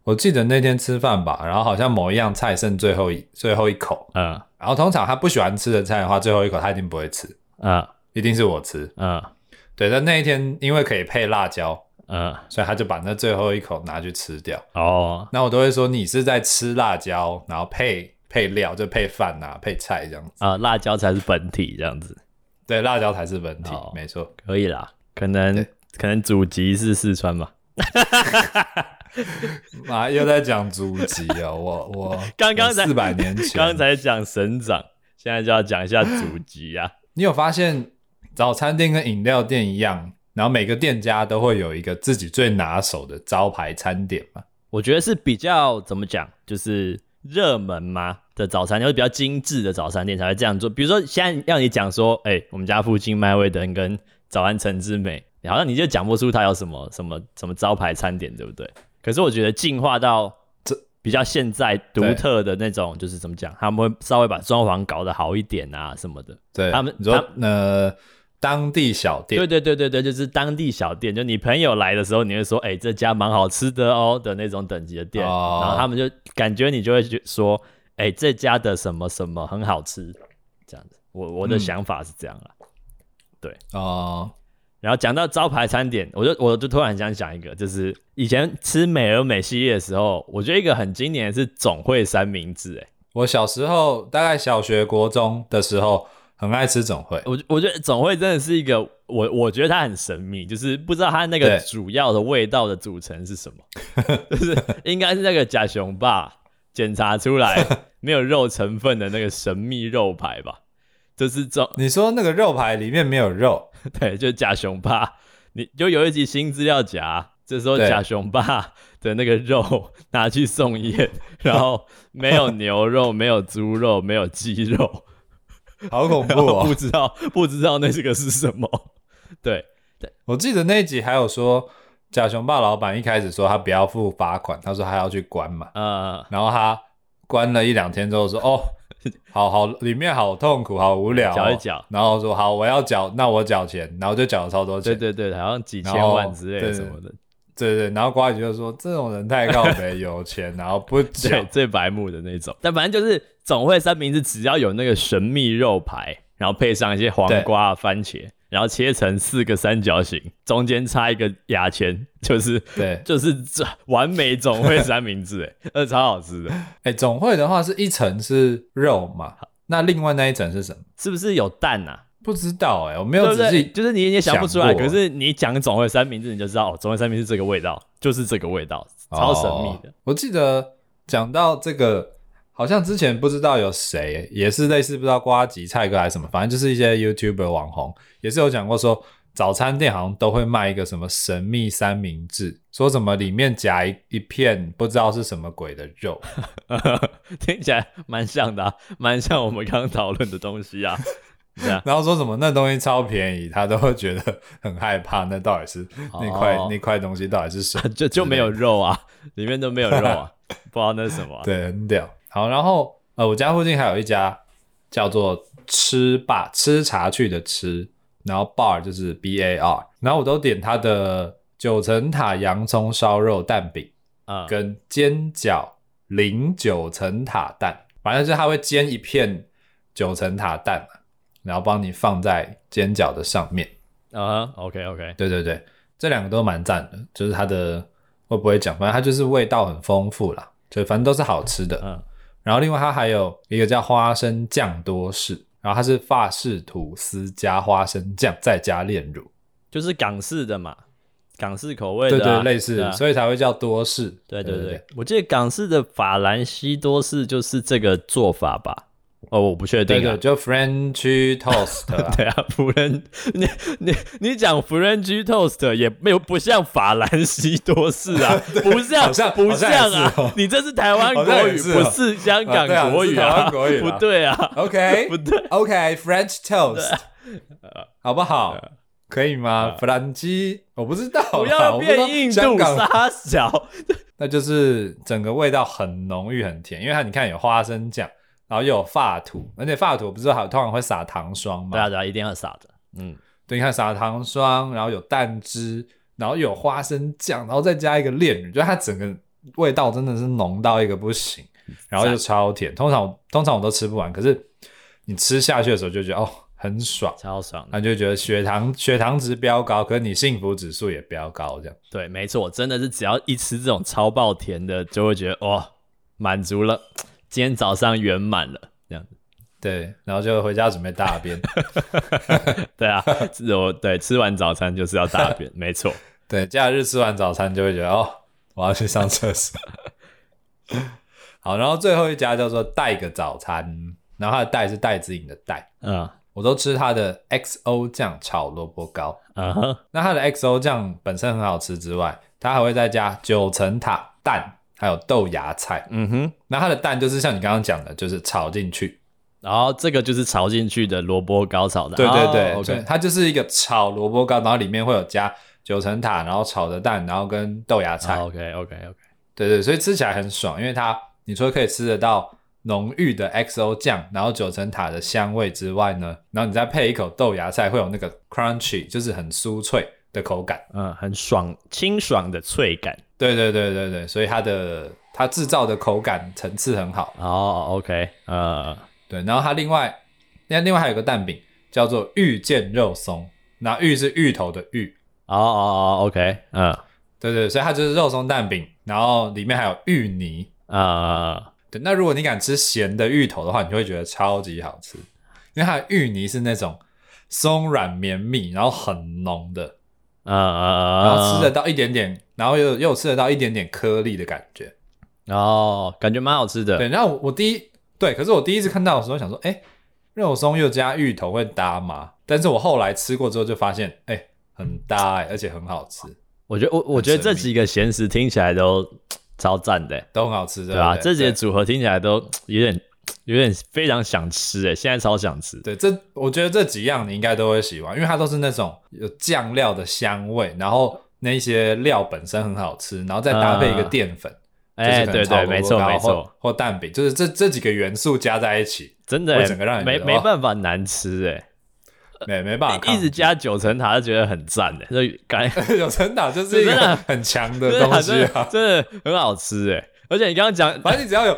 Speaker 1: 我记得那天吃饭吧，然后好像某一样菜剩最后一最后一口，
Speaker 2: 嗯
Speaker 1: 然后通常他不喜欢吃的菜的话，最后一口他一定不会吃，
Speaker 2: 嗯
Speaker 1: 一定是我吃。
Speaker 2: 嗯
Speaker 1: 对，但那一天因为可以配辣椒，
Speaker 2: 嗯，
Speaker 1: 所以他就把那最后一口拿去吃掉。
Speaker 2: 哦，
Speaker 1: 那我都会说你是在吃辣椒，然后配配料就配饭啊，配菜这样子。
Speaker 2: 啊，辣椒才是本体，这样子
Speaker 1: 对，辣椒才是本体，
Speaker 2: 好
Speaker 1: 没错。
Speaker 2: 可以啦。可能
Speaker 1: 对
Speaker 2: 可能祖籍是四川吧。
Speaker 1: 啊，又在讲祖籍哦，我我
Speaker 2: 刚刚才
Speaker 1: 四百年前，
Speaker 2: 刚才讲省长，现在就要讲一下祖籍啊。
Speaker 1: 你有发现早餐店跟饮料店一样，然后每个店家都会有一个自己最拿手的招牌餐点嘛？
Speaker 2: 我觉得是比较怎么讲，就是热门嘛的早餐店，或者比较精致的早餐店才会这样做。比如说，现在让你讲说，哎、我们家附近麦味登跟早安陈之美，好像你就讲不出它有什么什么什么招牌餐点，对不对？可是我觉得进化到
Speaker 1: 这
Speaker 2: 比较现在独
Speaker 1: 对
Speaker 2: 特的那种，就是怎么讲，他们会稍微把装潢搞得好一点啊什么的。
Speaker 1: 对，
Speaker 2: 他们
Speaker 1: 你说
Speaker 2: 他
Speaker 1: 呃当地小店，
Speaker 2: 对对对对对，就是当地小店，就你朋友来的时候，你会说，哎、这家蛮好吃的哦的那种等级的店，
Speaker 1: 哦
Speaker 2: 然后他们就感觉你就会觉说，哎、这家的什么什么很好吃，这样子。我我的
Speaker 1: 嗯
Speaker 2: 想法是这样啦。
Speaker 1: 哦，
Speaker 2: 然后讲到招牌餐点，我就我就突然很想讲一个，就是以前吃美而美系列的时候，我觉得一个很经典的是总会三明治、哎，
Speaker 1: 我小时候大概小学、国中的时候，很爱吃总会。
Speaker 2: 我我觉得总会真的是一个，我我觉得它很神秘，就是不知道它那个
Speaker 1: 对
Speaker 2: 主要的味道的组成是什么， 就是应该是那个假熊吧检查出来没有肉成分的那个神秘肉排吧，就是总
Speaker 1: 你说那个肉排里面没有肉，
Speaker 2: 对，就是假熊爸，你就有一集新资料夹，这时候
Speaker 1: 对
Speaker 2: 假熊爸的那个肉拿去送宴，然后没有牛肉，没有猪肉，没有鸡肉，
Speaker 1: 好恐
Speaker 2: 然
Speaker 1: 怖
Speaker 2: 后
Speaker 1: 哦！
Speaker 2: 不知道不知道那是个是什么， 对，
Speaker 1: 我记得那一集还有说，假熊爸老板一开始说他不要付罚款，他说他要去关嘛，
Speaker 2: 呃，
Speaker 1: 然后他关了一两天之后说，哦，好好，里面好痛苦，好无聊、哦，
Speaker 2: 搅一搅
Speaker 1: 然后说好，我要缴，那我缴钱，然后就缴了超多钱，
Speaker 2: 对对对，好像几千
Speaker 1: 然后
Speaker 2: 万之类的
Speaker 1: 对
Speaker 2: 什么的，
Speaker 1: 对对，然后瓜姐就说这种人太靠 北，有钱然后不
Speaker 2: 对，
Speaker 1: 缴，
Speaker 2: 最白目的那种。但反正就是总会三明治，只要有那个神秘肉排，然后配上一些黄瓜、番茄，然后切成四个三角形，中间插一个牙签， 就是
Speaker 1: 对，
Speaker 2: 就是这完美总会三明治，哎， 那超好吃的。
Speaker 1: 哎，总会的话是一层是肉嘛，那另外那一层是什么？
Speaker 2: 是不是有蛋啊？
Speaker 1: 不知道哎、我没
Speaker 2: 对
Speaker 1: 有
Speaker 2: 不
Speaker 1: 仔
Speaker 2: 对？
Speaker 1: 细，
Speaker 2: 就是你也想不出来，
Speaker 1: 想过
Speaker 2: 可是你讲总会三明治，你就知道哦，总会三明治这个味道就是这个味道，超神秘的。
Speaker 1: 哦我记得讲到这个，好像之前不知道有谁也是类似不知道瓜吉菜哥还是什么，反正就是一些 YouTuber 网红也是有讲过说，早餐店好像都会卖一个什么神秘三明治，说什么里面夹一一片不知道是什么鬼的肉，
Speaker 2: 听起来蛮像的、啊，蛮像我们刚刚讨论的东西啊。对啊，
Speaker 1: 然后说什么那东西超便宜，他都会觉得很害怕，那到底是 那块、
Speaker 2: 哦
Speaker 1: 那块东西到底是什么？
Speaker 2: 就就没有肉啊，里面都没有 肉啊，不知道那是什么啊、
Speaker 1: 对，很屌。好，然后呃，我家附近还有一家叫做吃吧，吃茶去的吃，然后 bar 就是 B A R，然后我都点它的九层塔洋葱烧肉蛋饼
Speaker 2: 嗯，
Speaker 1: 跟煎饺零九层塔蛋，反正就是它会煎一片九层塔蛋嘛，然后帮你放在煎饺的上面。
Speaker 2: 啊，OK OK，
Speaker 1: 对对对，这两个都蛮赞的，就是它的会不会讲，反正它就是味道很丰富啦，就反正都是好吃的。
Speaker 2: 嗯，
Speaker 1: 然后另外它还有一个叫花生酱多士，然后它是法式吐司加花生酱再加炼乳，
Speaker 2: 就是港式的嘛，港式口味的
Speaker 1: 对
Speaker 2: 啊、
Speaker 1: 对，类似，
Speaker 2: 啊
Speaker 1: 所以才会叫多士。
Speaker 2: 对
Speaker 1: 对
Speaker 2: 对对，我记得港式的法兰西多士就是这个做法吧？哦，我不确定
Speaker 1: 对
Speaker 2: 啊，
Speaker 1: 对，。就 French toast 啊
Speaker 2: 对啊，福人，你你你讲福人 G toast 也没有不像法兰西多士 啊，不像
Speaker 1: 好像
Speaker 2: 不
Speaker 1: 好像
Speaker 2: 像
Speaker 1: 也
Speaker 2: 啊
Speaker 1: 是哦，
Speaker 2: 你这是台湾
Speaker 1: 好
Speaker 2: 国
Speaker 1: 像也
Speaker 2: 语，
Speaker 1: 是哦
Speaker 2: 不是香港
Speaker 1: 啊对啊
Speaker 2: 国语
Speaker 1: 是台湾国语啦
Speaker 2: 不对啊，
Speaker 1: OK，
Speaker 2: 不对
Speaker 1: OK，French toast，好不好？可以吗？弗兰基，我不知道啦，
Speaker 2: 啊不要
Speaker 1: 我知道
Speaker 2: 变印
Speaker 1: 香
Speaker 2: 度
Speaker 1: 港
Speaker 2: 沙小，
Speaker 1: 那就是整个味道很浓郁、很甜，因为它你看有花生酱，然后又有发土，而且发土不是还通常会撒糖霜
Speaker 2: 对
Speaker 1: 嘛？
Speaker 2: 啊对啊，一定要撒的。嗯，
Speaker 1: 对，你看撒糖霜，然后有蛋汁，然后又有花生酱，然后再加一个炼乳，就它整个味道真的是浓到一个不行，然后又超甜。通常我通常我都吃不完，可是你吃下去的时候就觉得哦很爽，
Speaker 2: 超爽的。
Speaker 1: 那就觉得血糖血糖值飙高，可是你幸福指数也飙高，这样。
Speaker 2: 对，没错，真的是只要一吃这种超爆甜的，就会觉得哇，满足了，今天早上圆满了。这样子，
Speaker 1: 对，然后就回家准备大便。
Speaker 2: 对啊，吃我对吃完早餐就是要大便，没错。
Speaker 1: 对，假日吃完早餐就会觉得哦，我要去上厕所。 好，然后最后一家叫做带个早餐，然后它的带是带子饮的带，
Speaker 2: 嗯
Speaker 1: 我都吃它的 XO 酱炒萝卜糕。
Speaker 2: 嗯哼，
Speaker 1: 那它的 XO 酱本身很好吃之外，它还会再加九层塔蛋，还有豆芽菜。
Speaker 2: 嗯哼，
Speaker 1: 那它的蛋就是像你刚刚讲的，就是炒进去，
Speaker 2: 然后这个就是炒进去的萝卜糕炒蛋，
Speaker 1: 对对对，
Speaker 2: 哦
Speaker 1: 所以
Speaker 2: ，OK，
Speaker 1: 它就是一个炒萝卜糕，然后里面会有加九层塔，然后炒的蛋，然后跟豆芽菜。
Speaker 2: ，OK OK OK，
Speaker 1: 对对，所以吃起来很爽，因为它你除了可以吃得到浓郁的 XO 酱，然后九层塔的香味之外呢，然后你再配一口豆芽菜，会有那个 crunchy，就是很酥脆的口感。
Speaker 2: 嗯，很爽，清爽的脆感。
Speaker 1: 对对对对对，所以它的它制造的口感层次很好。
Speaker 2: 哦，OK，呃，
Speaker 1: 对，然后它另外那另外还有个蛋饼叫做芋见肉松，那芋是芋头的芋，
Speaker 2: 哦哦哦，OK，嗯，
Speaker 1: 对对，所以它就是肉松蛋饼，然后里面还有芋泥。
Speaker 2: 呃，
Speaker 1: 对，那如果你敢吃咸的芋头的话，你就会觉得超级好吃，因为它的芋泥是那种松软绵密，然后很浓的，
Speaker 2: 呃呃，
Speaker 1: 然后吃得到一点点，然后又又吃得到一点点颗粒的感觉。
Speaker 2: 得，哦，感觉蛮好吃的。
Speaker 1: 对，然后我我第一对，可是我第一次看到的时候想说，哎，肉松又加芋头会搭吗？但是我后来吃过之后就发现，哎，很搭哎、而且很好吃，
Speaker 2: 我觉得我我觉得这几个咸食听起来都超赞的，
Speaker 1: 都很好吃，对
Speaker 2: 对吧、啊
Speaker 1: 不对
Speaker 2: 这几个
Speaker 1: 对
Speaker 2: 组合听起来都有点有点非常想吃，哎，现在超想吃。
Speaker 1: 对，这我觉得这几样你应该都会喜欢，因为它都是那种有酱料的香味，然后那些料本身很好吃，然后再搭配一个淀粉，
Speaker 2: 啊哎、
Speaker 1: 就是可能
Speaker 2: 对
Speaker 1: 炒
Speaker 2: 对，
Speaker 1: 萝
Speaker 2: 没
Speaker 1: 卜
Speaker 2: 错
Speaker 1: 糕
Speaker 2: 没
Speaker 1: 或
Speaker 2: 错，
Speaker 1: 或蛋饼，就是这这几个元素加在一起，
Speaker 2: 真的
Speaker 1: 会
Speaker 2: 欸
Speaker 1: 整个让人
Speaker 2: 没
Speaker 1: 觉得
Speaker 2: 没
Speaker 1: 哦
Speaker 2: 办法难吃哎，
Speaker 1: 没没办法抗
Speaker 2: 一直
Speaker 1: 拒，
Speaker 2: 加九层塔就觉得很赞 哎，就感觉
Speaker 1: 九层塔啊就是一
Speaker 2: 真
Speaker 1: 个
Speaker 2: 的啊
Speaker 1: 很强
Speaker 2: 真
Speaker 1: 的
Speaker 2: 的
Speaker 1: 东
Speaker 2: 很
Speaker 1: 西
Speaker 2: 真
Speaker 1: 啊
Speaker 2: 的，真的很好吃哎，而且你刚 刚讲
Speaker 1: 反正你只要有。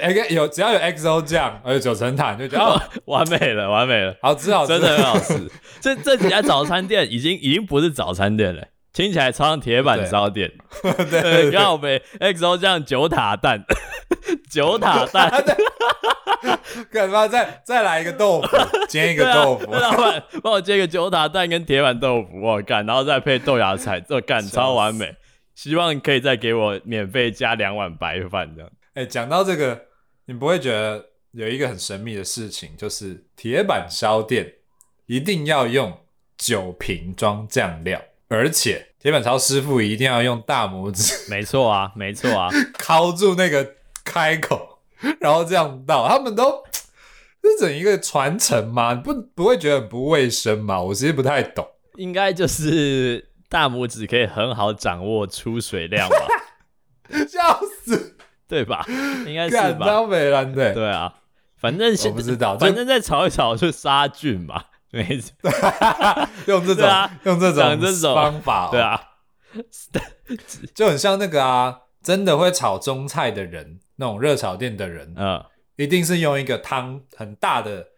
Speaker 1: 哎，有只要有 XO 酱，还有九层塔，你就觉得哦，
Speaker 2: 完美了完美了，
Speaker 1: 好吃好吃，
Speaker 2: 真的很好吃。这这几家早餐店已经已经不是早餐店了，听起来超像铁板 烧店。
Speaker 1: 对对
Speaker 2: 对，
Speaker 1: 对
Speaker 2: 刚好被 XO 酱九塔蛋， 九塔 蛋，
Speaker 1: 干嘛再再来一个豆腐，煎一个
Speaker 2: 对啊
Speaker 1: 豆腐，
Speaker 2: 那老板帮我接个九塔蛋跟铁板豆腐，我干，然后再配豆芽菜，这干
Speaker 1: 死
Speaker 2: 超完美。希望可以再给我免费加两碗白饭这样。
Speaker 1: 哎、讲到这个，你不会觉得有一个很神秘的事情，就是铁板烧店一定要用酒瓶装酱料，而且铁板烧师傅一定要用大拇指
Speaker 2: 没错啊，没错啊，
Speaker 1: 敲住那个开口，然后这样倒。他们都这整一个传承吗？不不会觉得很不卫生吗？我其实不太懂。
Speaker 2: 应该就是大拇指可以很好掌握出水量吧，
Speaker 1: 笑死，
Speaker 2: 对吧？应该是
Speaker 1: 干
Speaker 2: 吧？
Speaker 1: 张北兰的，
Speaker 2: 对啊，反正
Speaker 1: 我
Speaker 2: 现
Speaker 1: 不知道，就
Speaker 2: 反正再炒一炒就杀菌嘛，没错，
Speaker 1: 用这种、
Speaker 2: 对啊
Speaker 1: 用这种
Speaker 2: 讲这种
Speaker 1: 方法、哦
Speaker 2: 对啊，
Speaker 1: 就很像那个啊，真的会炒中菜的人，那种热炒店的人，
Speaker 2: 嗯，
Speaker 1: 一定是用一个汤很大的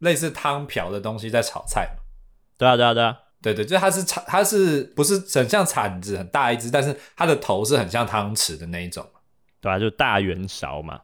Speaker 1: 类似汤瓢的东西在炒菜嘛。
Speaker 2: 对啊，对啊，对啊，
Speaker 1: 对对，就是它是铲，它是不是很像铲子，很大一只，但是它的头是很像汤匙的那一种。
Speaker 2: 对啊，就大圆勺嘛，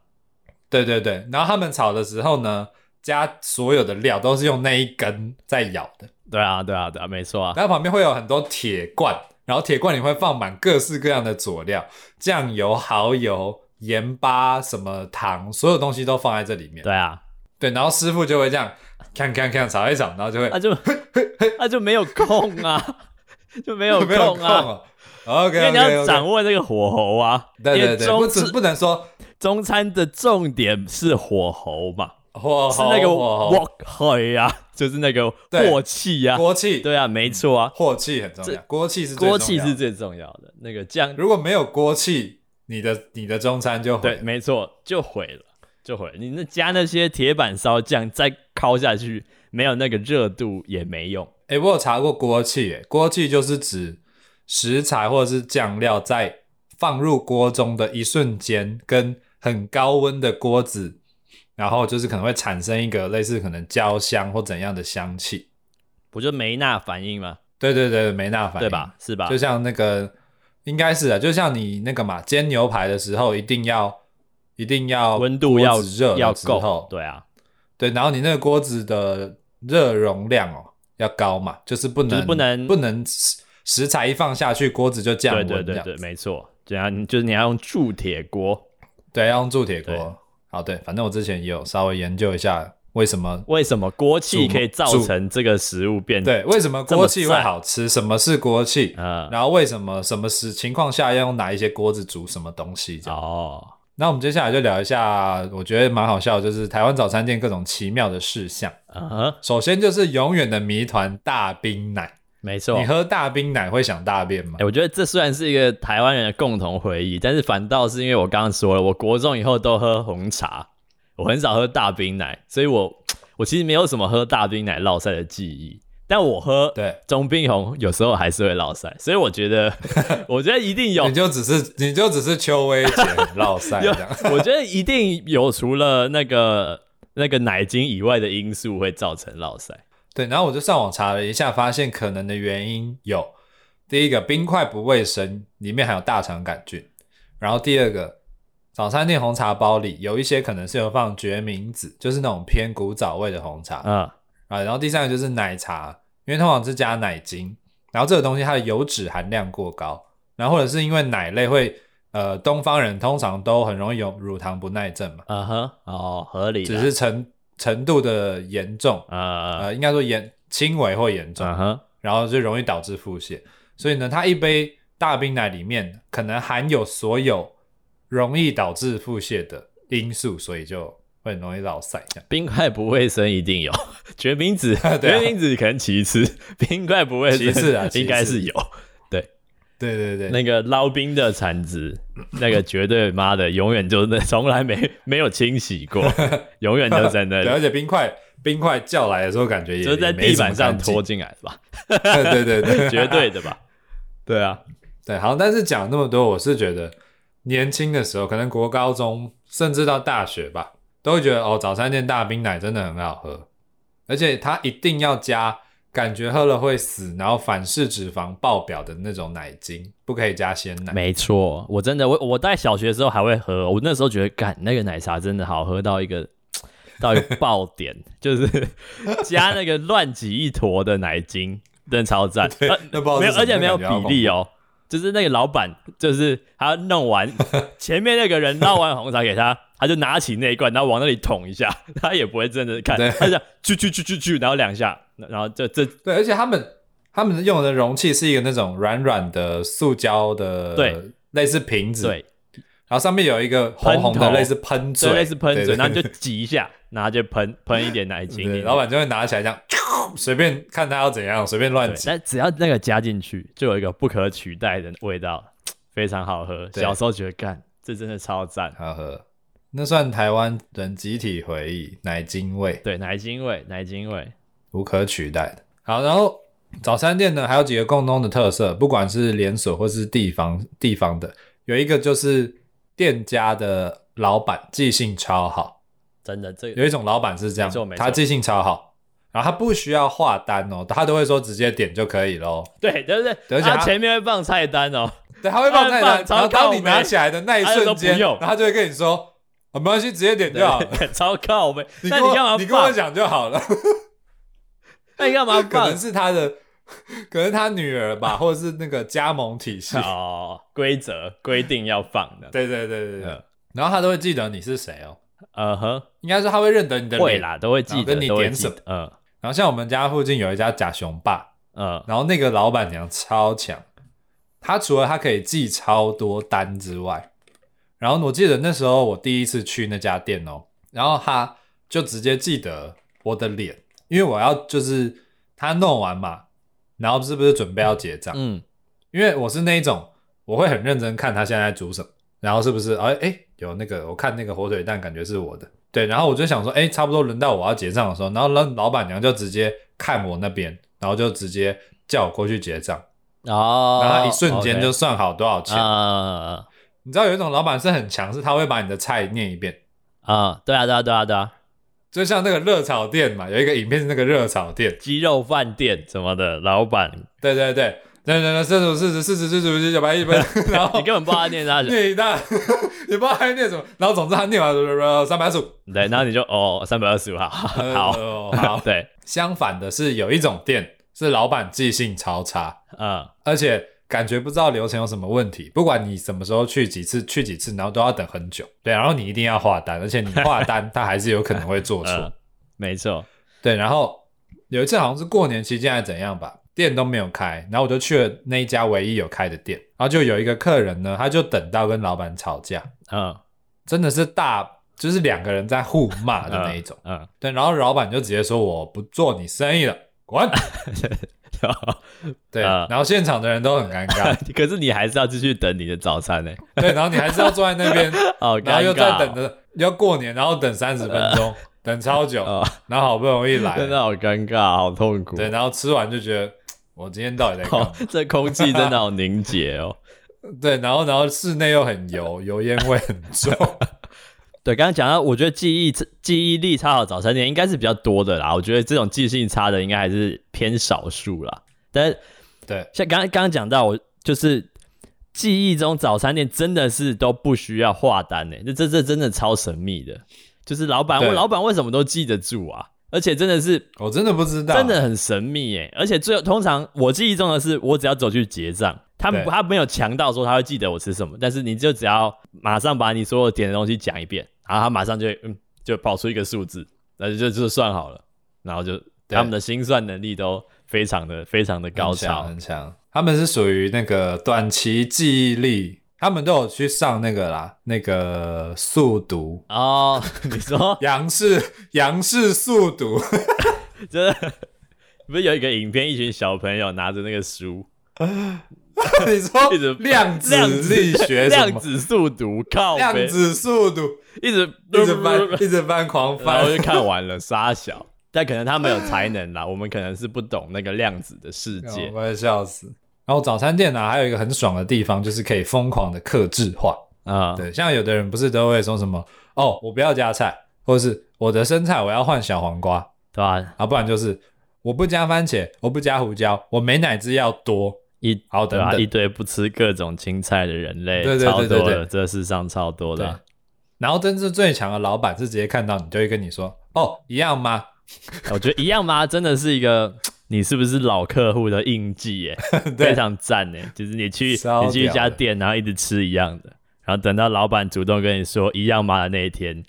Speaker 1: 对对对，然后他们炒的时候呢，加所有的料都是用那一根在舀的，
Speaker 2: 对啊，对啊，对啊，没错啊，
Speaker 1: 然后旁边会有很多铁罐，然后铁罐里会放满各式各样的佐料，酱油、蚝油、盐巴、什么糖，所有东西都放在这里面。
Speaker 2: 对啊，
Speaker 1: 对，然后师傅就会这样，看看看，炒一炒，然后 就会
Speaker 2: 那就那就没有空啊，就没有
Speaker 1: 没有
Speaker 2: 空啊，
Speaker 1: 了。OK，
Speaker 2: 因为你要掌握这个火候啊，
Speaker 1: 对
Speaker 2: 因
Speaker 1: 对
Speaker 2: 为
Speaker 1: 对，不
Speaker 2: 中
Speaker 1: 只
Speaker 2: 餐
Speaker 1: 不能说
Speaker 2: 中餐的重点是火候嘛，
Speaker 1: 火
Speaker 2: 是
Speaker 1: 候
Speaker 2: 那个
Speaker 1: 火
Speaker 2: wok hơi 啊，就是那个
Speaker 1: 对
Speaker 2: 火气啊
Speaker 1: 候，锅气，
Speaker 2: 对啊，没错啊，
Speaker 1: 火气很重要，锅气是最
Speaker 2: 锅
Speaker 1: 重
Speaker 2: 气
Speaker 1: 要
Speaker 2: 是
Speaker 1: 的
Speaker 2: 最重要的，那个酱
Speaker 1: 如果没有锅气，你的你的中餐就
Speaker 2: 对，
Speaker 1: 毁。
Speaker 2: 没错，就毁了，就毁了。你那加那些铁板烧酱再烤下去，没有那个热度也没用。
Speaker 1: 哎，我有查过锅气，诶锅气就是指食材或者是酱料在放入锅中的一瞬间，跟很高温的锅子，然后就是可能会产生一个类似可能焦香或怎样的香气。
Speaker 2: 不就梅纳反应吗？
Speaker 1: 对对对，没那反应，
Speaker 2: 对吧？？是吧
Speaker 1: 就？像那个，应该是啊，就像你那个嘛，煎牛排的时候一定要一定要
Speaker 2: 温度要
Speaker 1: 锅子热了
Speaker 2: 要
Speaker 1: 之
Speaker 2: 够
Speaker 1: 后，
Speaker 2: 对啊，
Speaker 1: 对，然后你那个锅子的热容量哦要高嘛，就是不能
Speaker 2: 就是不能
Speaker 1: 不能食食材一放下去，锅子就降
Speaker 2: 对
Speaker 1: 温
Speaker 2: 对对
Speaker 1: 这样
Speaker 2: 对，没错。这样你就是你要用铸铁锅，
Speaker 1: 对，要用铸铁
Speaker 2: 对
Speaker 1: 锅。好，对，反正我之前也有稍微研究一下为什么
Speaker 2: 为什么锅气
Speaker 1: 煮
Speaker 2: 可以造
Speaker 1: 煮
Speaker 2: 成这个食物变？
Speaker 1: 对为什么
Speaker 2: 嗯这么
Speaker 1: 锅气会
Speaker 2: 赞
Speaker 1: 好吃，什么是锅气，
Speaker 2: 呃，
Speaker 1: 然后为什么什么时情况下要用哪一些锅子煮什么东西这样。
Speaker 2: 哦，
Speaker 1: 那我们接下来就聊一下，我觉得蛮好笑的，就是台湾早餐店各种奇妙的事项。
Speaker 2: 啊哈，
Speaker 1: 首先就是永远的谜团大冰奶，
Speaker 2: 没错。
Speaker 1: 你
Speaker 2: 哎、
Speaker 1: 喝大冰奶会想大便吗？
Speaker 2: 我觉得这虽然是一个台湾人的共同回忆，但是反倒是因为我刚刚说了，我国中以后都喝红茶，我很少喝大冰奶，所以我我其实没有什么喝大冰奶落塞的记忆。但我喝
Speaker 1: 对，
Speaker 2: 中冰红有时候还是会落塞，所以我觉得，我觉得一定有
Speaker 1: 你就只是你就只是秋薇姐很落塞这
Speaker 2: 有
Speaker 1: 样。，
Speaker 2: 我觉得一定有除了那个那个奶精以外的因素会造成落腮。
Speaker 1: 对，然后我就上网查了一下，发现可能的原因有：第一个，冰块不卫生，里面含有大肠杆菌；然后第二个，早餐店红茶包里有一些可能是有放决明子，就是那种偏古早味的红茶啊、
Speaker 2: 嗯，
Speaker 1: 然后第三个就是奶茶，因为通常是加奶精，然后这个东西它的油脂含量过高，然后或者是因为奶类会，呃，东方人通常都很容易有乳糖不耐症嘛，
Speaker 2: 嗯哼，哦，合理啦。
Speaker 1: 只是程程度的严重，
Speaker 2: 呃，
Speaker 1: 呃，应该说严轻微或严重。
Speaker 2: 嗯哼，
Speaker 1: 然后就容易导致腹泻。所以呢，它一杯大冰奶里面可能含有所有容易导致腹泻的因素，所以就会很容易落塞这样。
Speaker 2: 冰块不卫生一定有，决明子，
Speaker 1: 对啊
Speaker 2: 决明子可能其次，冰块不卫生
Speaker 1: 其次啊其次
Speaker 2: 应该是有。
Speaker 1: 对对对，
Speaker 2: 那个捞冰的铲子，那个绝对妈的，永远就是那从来没没有清洗过，永远都在那
Speaker 1: 对，而啊
Speaker 2: 里，
Speaker 1: 且冰块冰块叫来的时候，感觉也
Speaker 2: 就是在
Speaker 1: 也没
Speaker 2: 地
Speaker 1: 什么
Speaker 2: 板上
Speaker 1: 干净
Speaker 2: 拖。进来的吧，
Speaker 1: 对对对，
Speaker 2: 绝对的吧？对啊，
Speaker 1: 对。好，但是讲那么多，我是觉得年轻的时候，可能国高中甚至到大学吧，都会觉得哦，早餐店大冰奶真的很好喝，而且它一定要加感觉喝了会死，然后反式脂肪爆表的那种奶精，不可以加鲜奶。
Speaker 2: 没错，我真的我我在小学的时候还会喝，我那时候觉得干那个奶茶真的好喝到一个到一个爆点， 就是加那个乱挤一坨的奶精， 真的超赞，呃
Speaker 1: 那不知道是
Speaker 2: 没有
Speaker 1: 什么
Speaker 2: 而且没有比
Speaker 1: 感觉好恐
Speaker 2: 例哦。就是那个老板，就是他弄完 前面那个人捞完红茶给他，他就拿起那一罐，然后往那里捅一下， 他也不会真的看，
Speaker 1: 对
Speaker 2: 他就这样 去去去去去，然后两下，然后就这
Speaker 1: 对，而且他们他们用的容器是一个那种软软的塑胶的，
Speaker 2: 对，
Speaker 1: 类似瓶子，
Speaker 2: 对，
Speaker 1: 然后上面有一个红红
Speaker 2: 喷
Speaker 1: 的
Speaker 2: 头
Speaker 1: 类似喷嘴，
Speaker 2: 这类似喷
Speaker 1: 对
Speaker 2: 嘴，
Speaker 1: 对
Speaker 2: 然后就挤一下， 然后就喷喷一点奶精
Speaker 1: 对
Speaker 2: 进去，
Speaker 1: 老板就会拿起来这样，随便看他要怎样，随便乱
Speaker 2: 对，
Speaker 1: 挤。
Speaker 2: 但只要那个加进去，就有一个不可取代的味道，非常好喝。
Speaker 1: 对
Speaker 2: 小时候觉得干，这真的超赞。
Speaker 1: 好喝，那算台湾人集体回忆，奶精味
Speaker 2: 对，奶精味，奶精味，
Speaker 1: 无可取代的。好，然后早餐店呢，还有几个共通的特色，不管是连锁或是地方地方的，有一个就是店家的老板记性超好，
Speaker 2: 真的这
Speaker 1: 有
Speaker 2: 个
Speaker 1: 一种老板是这样
Speaker 2: 没错没，错
Speaker 1: 他记性超好，然后他不需要画单哦，他都会说直接点就可以喽。
Speaker 2: 对对不
Speaker 1: 对
Speaker 2: 对？
Speaker 1: 而且
Speaker 2: 他
Speaker 1: 它
Speaker 2: 前面会放菜单哦，
Speaker 1: 对，他会放菜单，
Speaker 2: 超
Speaker 1: 然后
Speaker 2: 靠
Speaker 1: 当你
Speaker 2: 北
Speaker 1: 拿起来的那一
Speaker 2: 他就
Speaker 1: 瞬
Speaker 2: 说
Speaker 1: 间，
Speaker 2: 不用
Speaker 1: 然后他就会跟你说，哦、没关系，直接点就好了。
Speaker 2: 对 超靠背。
Speaker 1: 你
Speaker 2: 那
Speaker 1: 跟我
Speaker 2: 干嘛
Speaker 1: 你跟我
Speaker 2: 啊放？
Speaker 1: 讲就好了。
Speaker 2: 那你干嘛
Speaker 1: 可能
Speaker 2: 放？
Speaker 1: 是他的， 可能他女儿吧，或者是那个加盟体系。
Speaker 2: 哦，规则规定要放的。
Speaker 1: 对对对对对
Speaker 2: 嗯。
Speaker 1: 然后他都会记得你是谁哦，
Speaker 2: 嗯哼，
Speaker 1: 应该说他会认得你的
Speaker 2: 会
Speaker 1: 脸。
Speaker 2: 啦，都会记
Speaker 1: 然后跟
Speaker 2: 得
Speaker 1: 你，
Speaker 2: 都会
Speaker 1: 点
Speaker 2: 记
Speaker 1: 什
Speaker 2: 得。嗯
Speaker 1: 然后像我们家附近有一家假熊爸，
Speaker 2: 嗯，
Speaker 1: 然后那个老板娘超强，她除了她可以记超多单之外，然后我记得那时候我第一次去那家店哦，然后她就直接记得我的脸，因为我要就是她弄完嘛，然后是不是准备要结账？
Speaker 2: 嗯，
Speaker 1: 因为我是那一种，我会很认真看他现在在煮什么，然后是不是哎哎有那个我看那个火腿蛋感觉是我的，对，然后我就想说，哎，差不多轮到我要结账的时候，然后老老板娘就直接看我那边，然后就直接叫我过去结账，
Speaker 2: 哦，
Speaker 1: 然后她一瞬间就
Speaker 2: OK
Speaker 1: 算好多少钱。
Speaker 2: 啊
Speaker 1: 你知道有一种老板是很强，是他会把你的菜念一遍。
Speaker 2: 啊，对啊对啊对啊对啊，
Speaker 1: 就像那个热炒店嘛，有一个影片是那个热炒店，
Speaker 2: 鸡肉饭店什么的老板，
Speaker 1: 对对对，对对对，四十四十四十四十九百一百，然后
Speaker 2: 你根本不知道他念 啥
Speaker 1: 念一大，呃你不知道他在念什么，然后总之他念完三百五，
Speaker 2: 对，然后你就哦，三百二十五号，好。
Speaker 1: 呃 好
Speaker 2: 对，
Speaker 1: 相反的是，有一种店是老板记性超差，
Speaker 2: 嗯，
Speaker 1: 而且感觉不知道流程有什么问题，不管你什么时候去几次，去几次，然后都要等很久。对，然后你一定要画单，而且你画单，他还是有可能会做错
Speaker 2: 嗯。没错，
Speaker 1: 对，然后有一次好像是过年期间还是怎样吧，店都没有开，然后我就去了那一家唯一有开的店，然后就有一个客人呢，他就等到跟老板吵架，
Speaker 2: 嗯，
Speaker 1: 真的是大，就是两个人在互骂的那一种。
Speaker 2: 嗯，
Speaker 1: 对，然后老板就直接说我不做你生意了，滚。对，
Speaker 2: 嗯
Speaker 1: 然后现场的人都很尴尬。
Speaker 2: 可是你还是要继续等你的早餐呢、
Speaker 1: 对，然后你还是要坐在那边，
Speaker 2: 哦，
Speaker 1: 然后又
Speaker 2: 尴尬
Speaker 1: 在等着要过年，然后等三十分钟，等超久，
Speaker 2: 哦
Speaker 1: 然后好不容易来，
Speaker 2: 真的好尴尬，好痛苦。
Speaker 1: 对，然后吃完就觉得我今天到底在干嘛
Speaker 2: 哦，这空气真的好凝结哦。
Speaker 1: 对，然后然后室内又很油，油烟味很 重。
Speaker 2: 对，刚刚讲到，我觉得记忆记忆力差好早餐店应该是比较多的啦。我觉得这种记性差的应该还是偏少数啦。但是
Speaker 1: 对，
Speaker 2: 像刚刚刚讲到，我就是记忆中早餐店真的是都不需要画单欸呢、这这这真的超神秘的。就是老板，
Speaker 1: 对
Speaker 2: 我老板为什么都记得住啊？而且真的是
Speaker 1: 我真的不知道，
Speaker 2: 真的很神秘耶、而且最后通常我记忆中的是，我只要走去结账，他们
Speaker 1: 对
Speaker 2: 他没有强到说他会记得我吃什么，但是你就只要马上把你所有点的东西讲一遍，然后他马上就会嗯就跑出一个数字，那就就就算好了，然后就
Speaker 1: 对
Speaker 2: 他们的心算能力都非常的非常的高
Speaker 1: 很强
Speaker 2: 超，
Speaker 1: 很强。他们是属于那个短期记忆力，他们都有去上那个啦，那个速读，
Speaker 2: 哦。你说
Speaker 1: 杨氏 杨氏速读，
Speaker 2: 真的不是有一个影片，一群小朋友拿着那个书，
Speaker 1: 你说
Speaker 2: 一直
Speaker 1: 哦量子力学什
Speaker 2: 量
Speaker 1: 么？
Speaker 2: 子速读，靠
Speaker 1: 量
Speaker 2: 呗，
Speaker 1: 子速度，
Speaker 2: 一直
Speaker 1: 一直翻，一直翻，狂
Speaker 2: 然
Speaker 1: 翻
Speaker 2: 后。就看完了，傻小。 但可能他们有才能啦，我们可能是不懂那个量子的世界
Speaker 1: 哦我会笑死。然后早餐店呢、啊还有一个很爽的地方，就是可以疯狂的克制化。
Speaker 2: 啊。
Speaker 1: 对，像有的人不是都会说什么哦，我不要加菜，或是我的生菜我要换小黄瓜
Speaker 2: 对吧？
Speaker 1: 啊，不然就是我不加番茄，我不加胡椒，我美乃滋要多。
Speaker 2: 一
Speaker 1: 好
Speaker 2: 对
Speaker 1: 等
Speaker 2: 吧？
Speaker 1: 等
Speaker 2: 一堆不吃各种青菜的人类，
Speaker 1: 对对对
Speaker 2: 超
Speaker 1: 对
Speaker 2: 多
Speaker 1: 对
Speaker 2: 的，这世上超多
Speaker 1: 对
Speaker 2: 的。
Speaker 1: 然后真正最强的老板是直接看到你就会跟你说哦，一样吗？
Speaker 2: 我觉得一样吗？真的是一个你是不是老客户的印记耶，
Speaker 1: 对
Speaker 2: 非常赞耶。就是你去
Speaker 1: 超屌的
Speaker 2: 你去一家店，然后一直吃一样的，然后等到老板主动跟你说一样吗的那一天，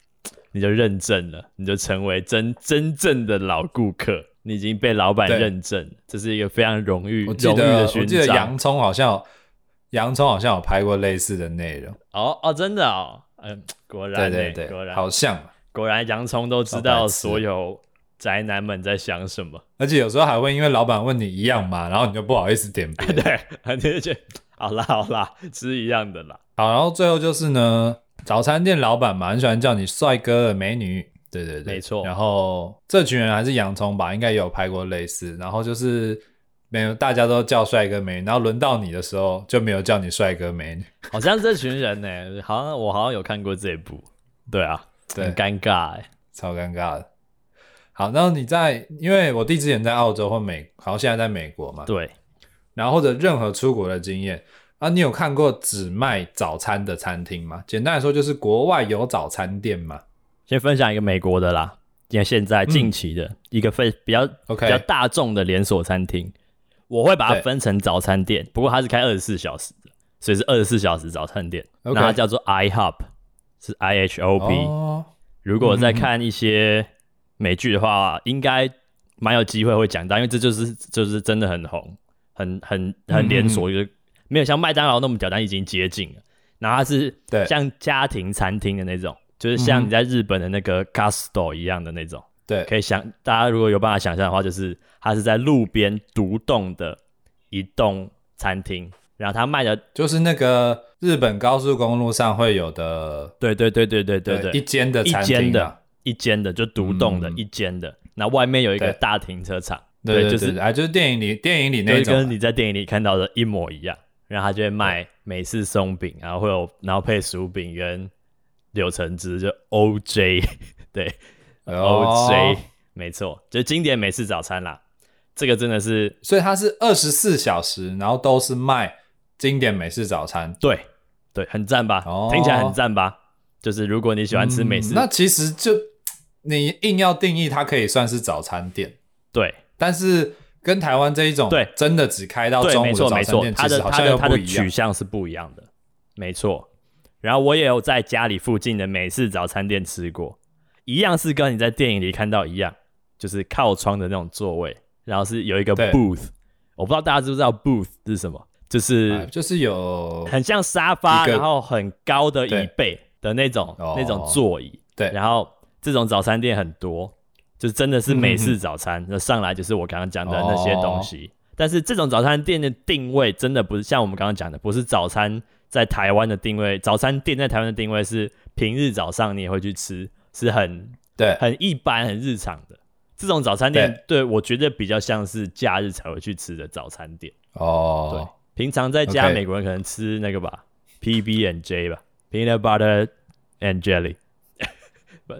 Speaker 2: 你就认证了，你就成为真真正的老顾客，你已经被老板
Speaker 1: 对
Speaker 2: 认证，这是一个非常荣誉
Speaker 1: 我记
Speaker 2: 荣誉
Speaker 1: 得
Speaker 2: 的
Speaker 1: 我
Speaker 2: 勋
Speaker 1: 记得
Speaker 2: 章
Speaker 1: 洋。葱好像有洋葱好像有拍过类似的内容，
Speaker 2: 哦哦，真的哦，嗯，果
Speaker 1: 对
Speaker 2: 然耶
Speaker 1: 对
Speaker 2: 果
Speaker 1: 对，
Speaker 2: 然
Speaker 1: 好像。啊
Speaker 2: 果然洋葱都知
Speaker 1: 超白
Speaker 2: 道
Speaker 1: 痴
Speaker 2: 所有宅男们在想什么。
Speaker 1: 而且有时候还会因为老板问你一样吗，然后你就不好意思点别的。
Speaker 2: 对， 你就觉得好啦好啦，吃一样的啦。
Speaker 1: 好，然后最后就是呢，早餐店老板嘛，很喜欢叫你帅哥、美女。对对对，
Speaker 2: 没错
Speaker 1: 然后这群人还是洋葱吧，应该也有拍过类似。然后就是没有大家都叫帅哥美女，然后轮到你的时候就没有叫你帅哥美女。
Speaker 2: 好像这群人呢、好像我好像有看过这一部。对啊，
Speaker 1: 对
Speaker 2: 很尴尬哎、
Speaker 1: 超尴尬的。好，然后你在，因为我弟之前在澳洲或美，好像现在在美国嘛，
Speaker 2: 对，
Speaker 1: 然后或者任何出国的经验啊，你有看过只卖早餐的餐厅吗？简单来说，就是国外有早餐店嘛。
Speaker 2: 先分享一个美国的啦，因为现在近期的、一个非比较
Speaker 1: 嗯 OK
Speaker 2: 比较大众的连锁餐厅，我会把它
Speaker 1: 对
Speaker 2: 分成早餐店，不过它是开二十四小时的，所以是二十四小时早餐店。那
Speaker 1: OK
Speaker 2: 它叫做 IHOP，是 I H O P。
Speaker 1: 哦，
Speaker 2: 如果在看一些美剧的话，应该蛮有机会会讲到，因为这就是就是真的很红，很很很连锁，就是没有像麦当劳那么屌，但已经接近了。然后它是
Speaker 1: 对
Speaker 2: 像家庭餐厅的那种，就是像你在日本的那个 Gusto 一样的那种，
Speaker 1: 对，
Speaker 2: 可以想大家如果有办法想象的话，就是它是在路边独栋的一栋餐厅，然后它卖的，
Speaker 1: 就是那个日本高速公路上会有的，
Speaker 2: 对对对对对对对，
Speaker 1: 一间的
Speaker 2: 一
Speaker 1: 餐
Speaker 2: 间
Speaker 1: 厅
Speaker 2: 的
Speaker 1: 啊，，
Speaker 2: 一间的就独栋的，
Speaker 1: 嗯
Speaker 2: 一间的。那外面有一个
Speaker 1: 对
Speaker 2: 大停车场，
Speaker 1: 对对对，
Speaker 2: 就是
Speaker 1: 对啊，就是电影里电影里那
Speaker 2: 就
Speaker 1: 一
Speaker 2: 是跟
Speaker 1: 种啊，
Speaker 2: 你在电影里看到的一模一样。然后他就会卖美式松饼，然后会有然后配薯饼跟柳橙汁，就 OJ，对、
Speaker 1: 哦
Speaker 2: OJ，没错，就是经典美式早餐啦。这个真的是
Speaker 1: 所以它是二十四小时，然后都是卖经典美式早餐。
Speaker 2: 对对，很赞吧？
Speaker 1: 哦
Speaker 2: 听起来很赞吧？就是如果你喜欢吃美式，
Speaker 1: 嗯那其实就你硬要定义它可以算是早餐店，
Speaker 2: 对
Speaker 1: 但是跟台湾这一种
Speaker 2: 对
Speaker 1: 真的只开到
Speaker 2: 对，
Speaker 1: 中
Speaker 2: 没
Speaker 1: 午的
Speaker 2: 错
Speaker 1: 早
Speaker 2: 没
Speaker 1: 餐
Speaker 2: 错，
Speaker 1: 店，
Speaker 2: 它
Speaker 1: 其
Speaker 2: 的
Speaker 1: 实好
Speaker 2: 它
Speaker 1: 像
Speaker 2: 的
Speaker 1: 又
Speaker 2: 它
Speaker 1: 不
Speaker 2: 的
Speaker 1: 一样
Speaker 2: 取。向是不一样的，没错。然后我也有在家里附近的美式早餐店吃过，一样是跟你在电影里看到一样，就是靠窗的那种座位，然后是有一个
Speaker 1: 对
Speaker 2: booth，我不知道大家知不知道 booth 是什么，就是
Speaker 1: 哎就是有
Speaker 2: 很像沙发，
Speaker 1: 一个
Speaker 2: 然后很高的椅背的那种、
Speaker 1: 哦
Speaker 2: 那种座椅，
Speaker 1: 对
Speaker 2: 然后这种早餐店很多，就真的是美
Speaker 1: 嗯
Speaker 2: 式早餐，那、上来就是我刚刚讲的
Speaker 1: 哦
Speaker 2: 那些东西。但是这种早餐店的定位真的不是像我们刚刚讲的，不是早餐在台湾的定位，早餐店在台湾的定位是平日早上你也会去吃，是很
Speaker 1: 对，
Speaker 2: 很一般、很日常的。这种早餐店，对我觉得比较像是假日才会去吃的早餐店。对
Speaker 1: 哦，，
Speaker 2: 平常在家
Speaker 1: OK
Speaker 2: 美国人可能吃那个吧，PB and J 吧，Peanut Butter and Jelly。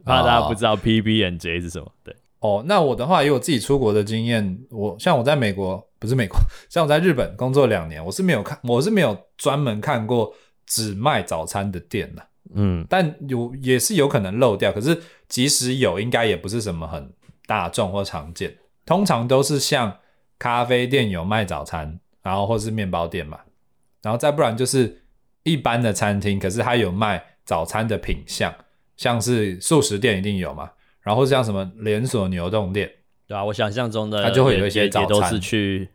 Speaker 2: 怕大家不知道 PB and J 是什么，对，
Speaker 1: 哦，那我的话，以我自己出国的经验，我像我在美国，不是美国，像我在日本工作两年，我是没有看，我是没有专门看过只卖早餐的店的，
Speaker 2: 嗯，
Speaker 1: 但有也是有可能漏掉。可是即使有，应该也不是什么很大众或常见，通常都是像咖啡店有卖早餐，然后或是面包店嘛，然后再不然就是一般的餐厅，可是它有卖早餐的品相，像是素食店一定有嘛，然后像什么连锁牛丼店。
Speaker 2: 对啊，我想象中的
Speaker 1: 它就会有一些
Speaker 2: 也也也
Speaker 1: 早餐
Speaker 2: 都是去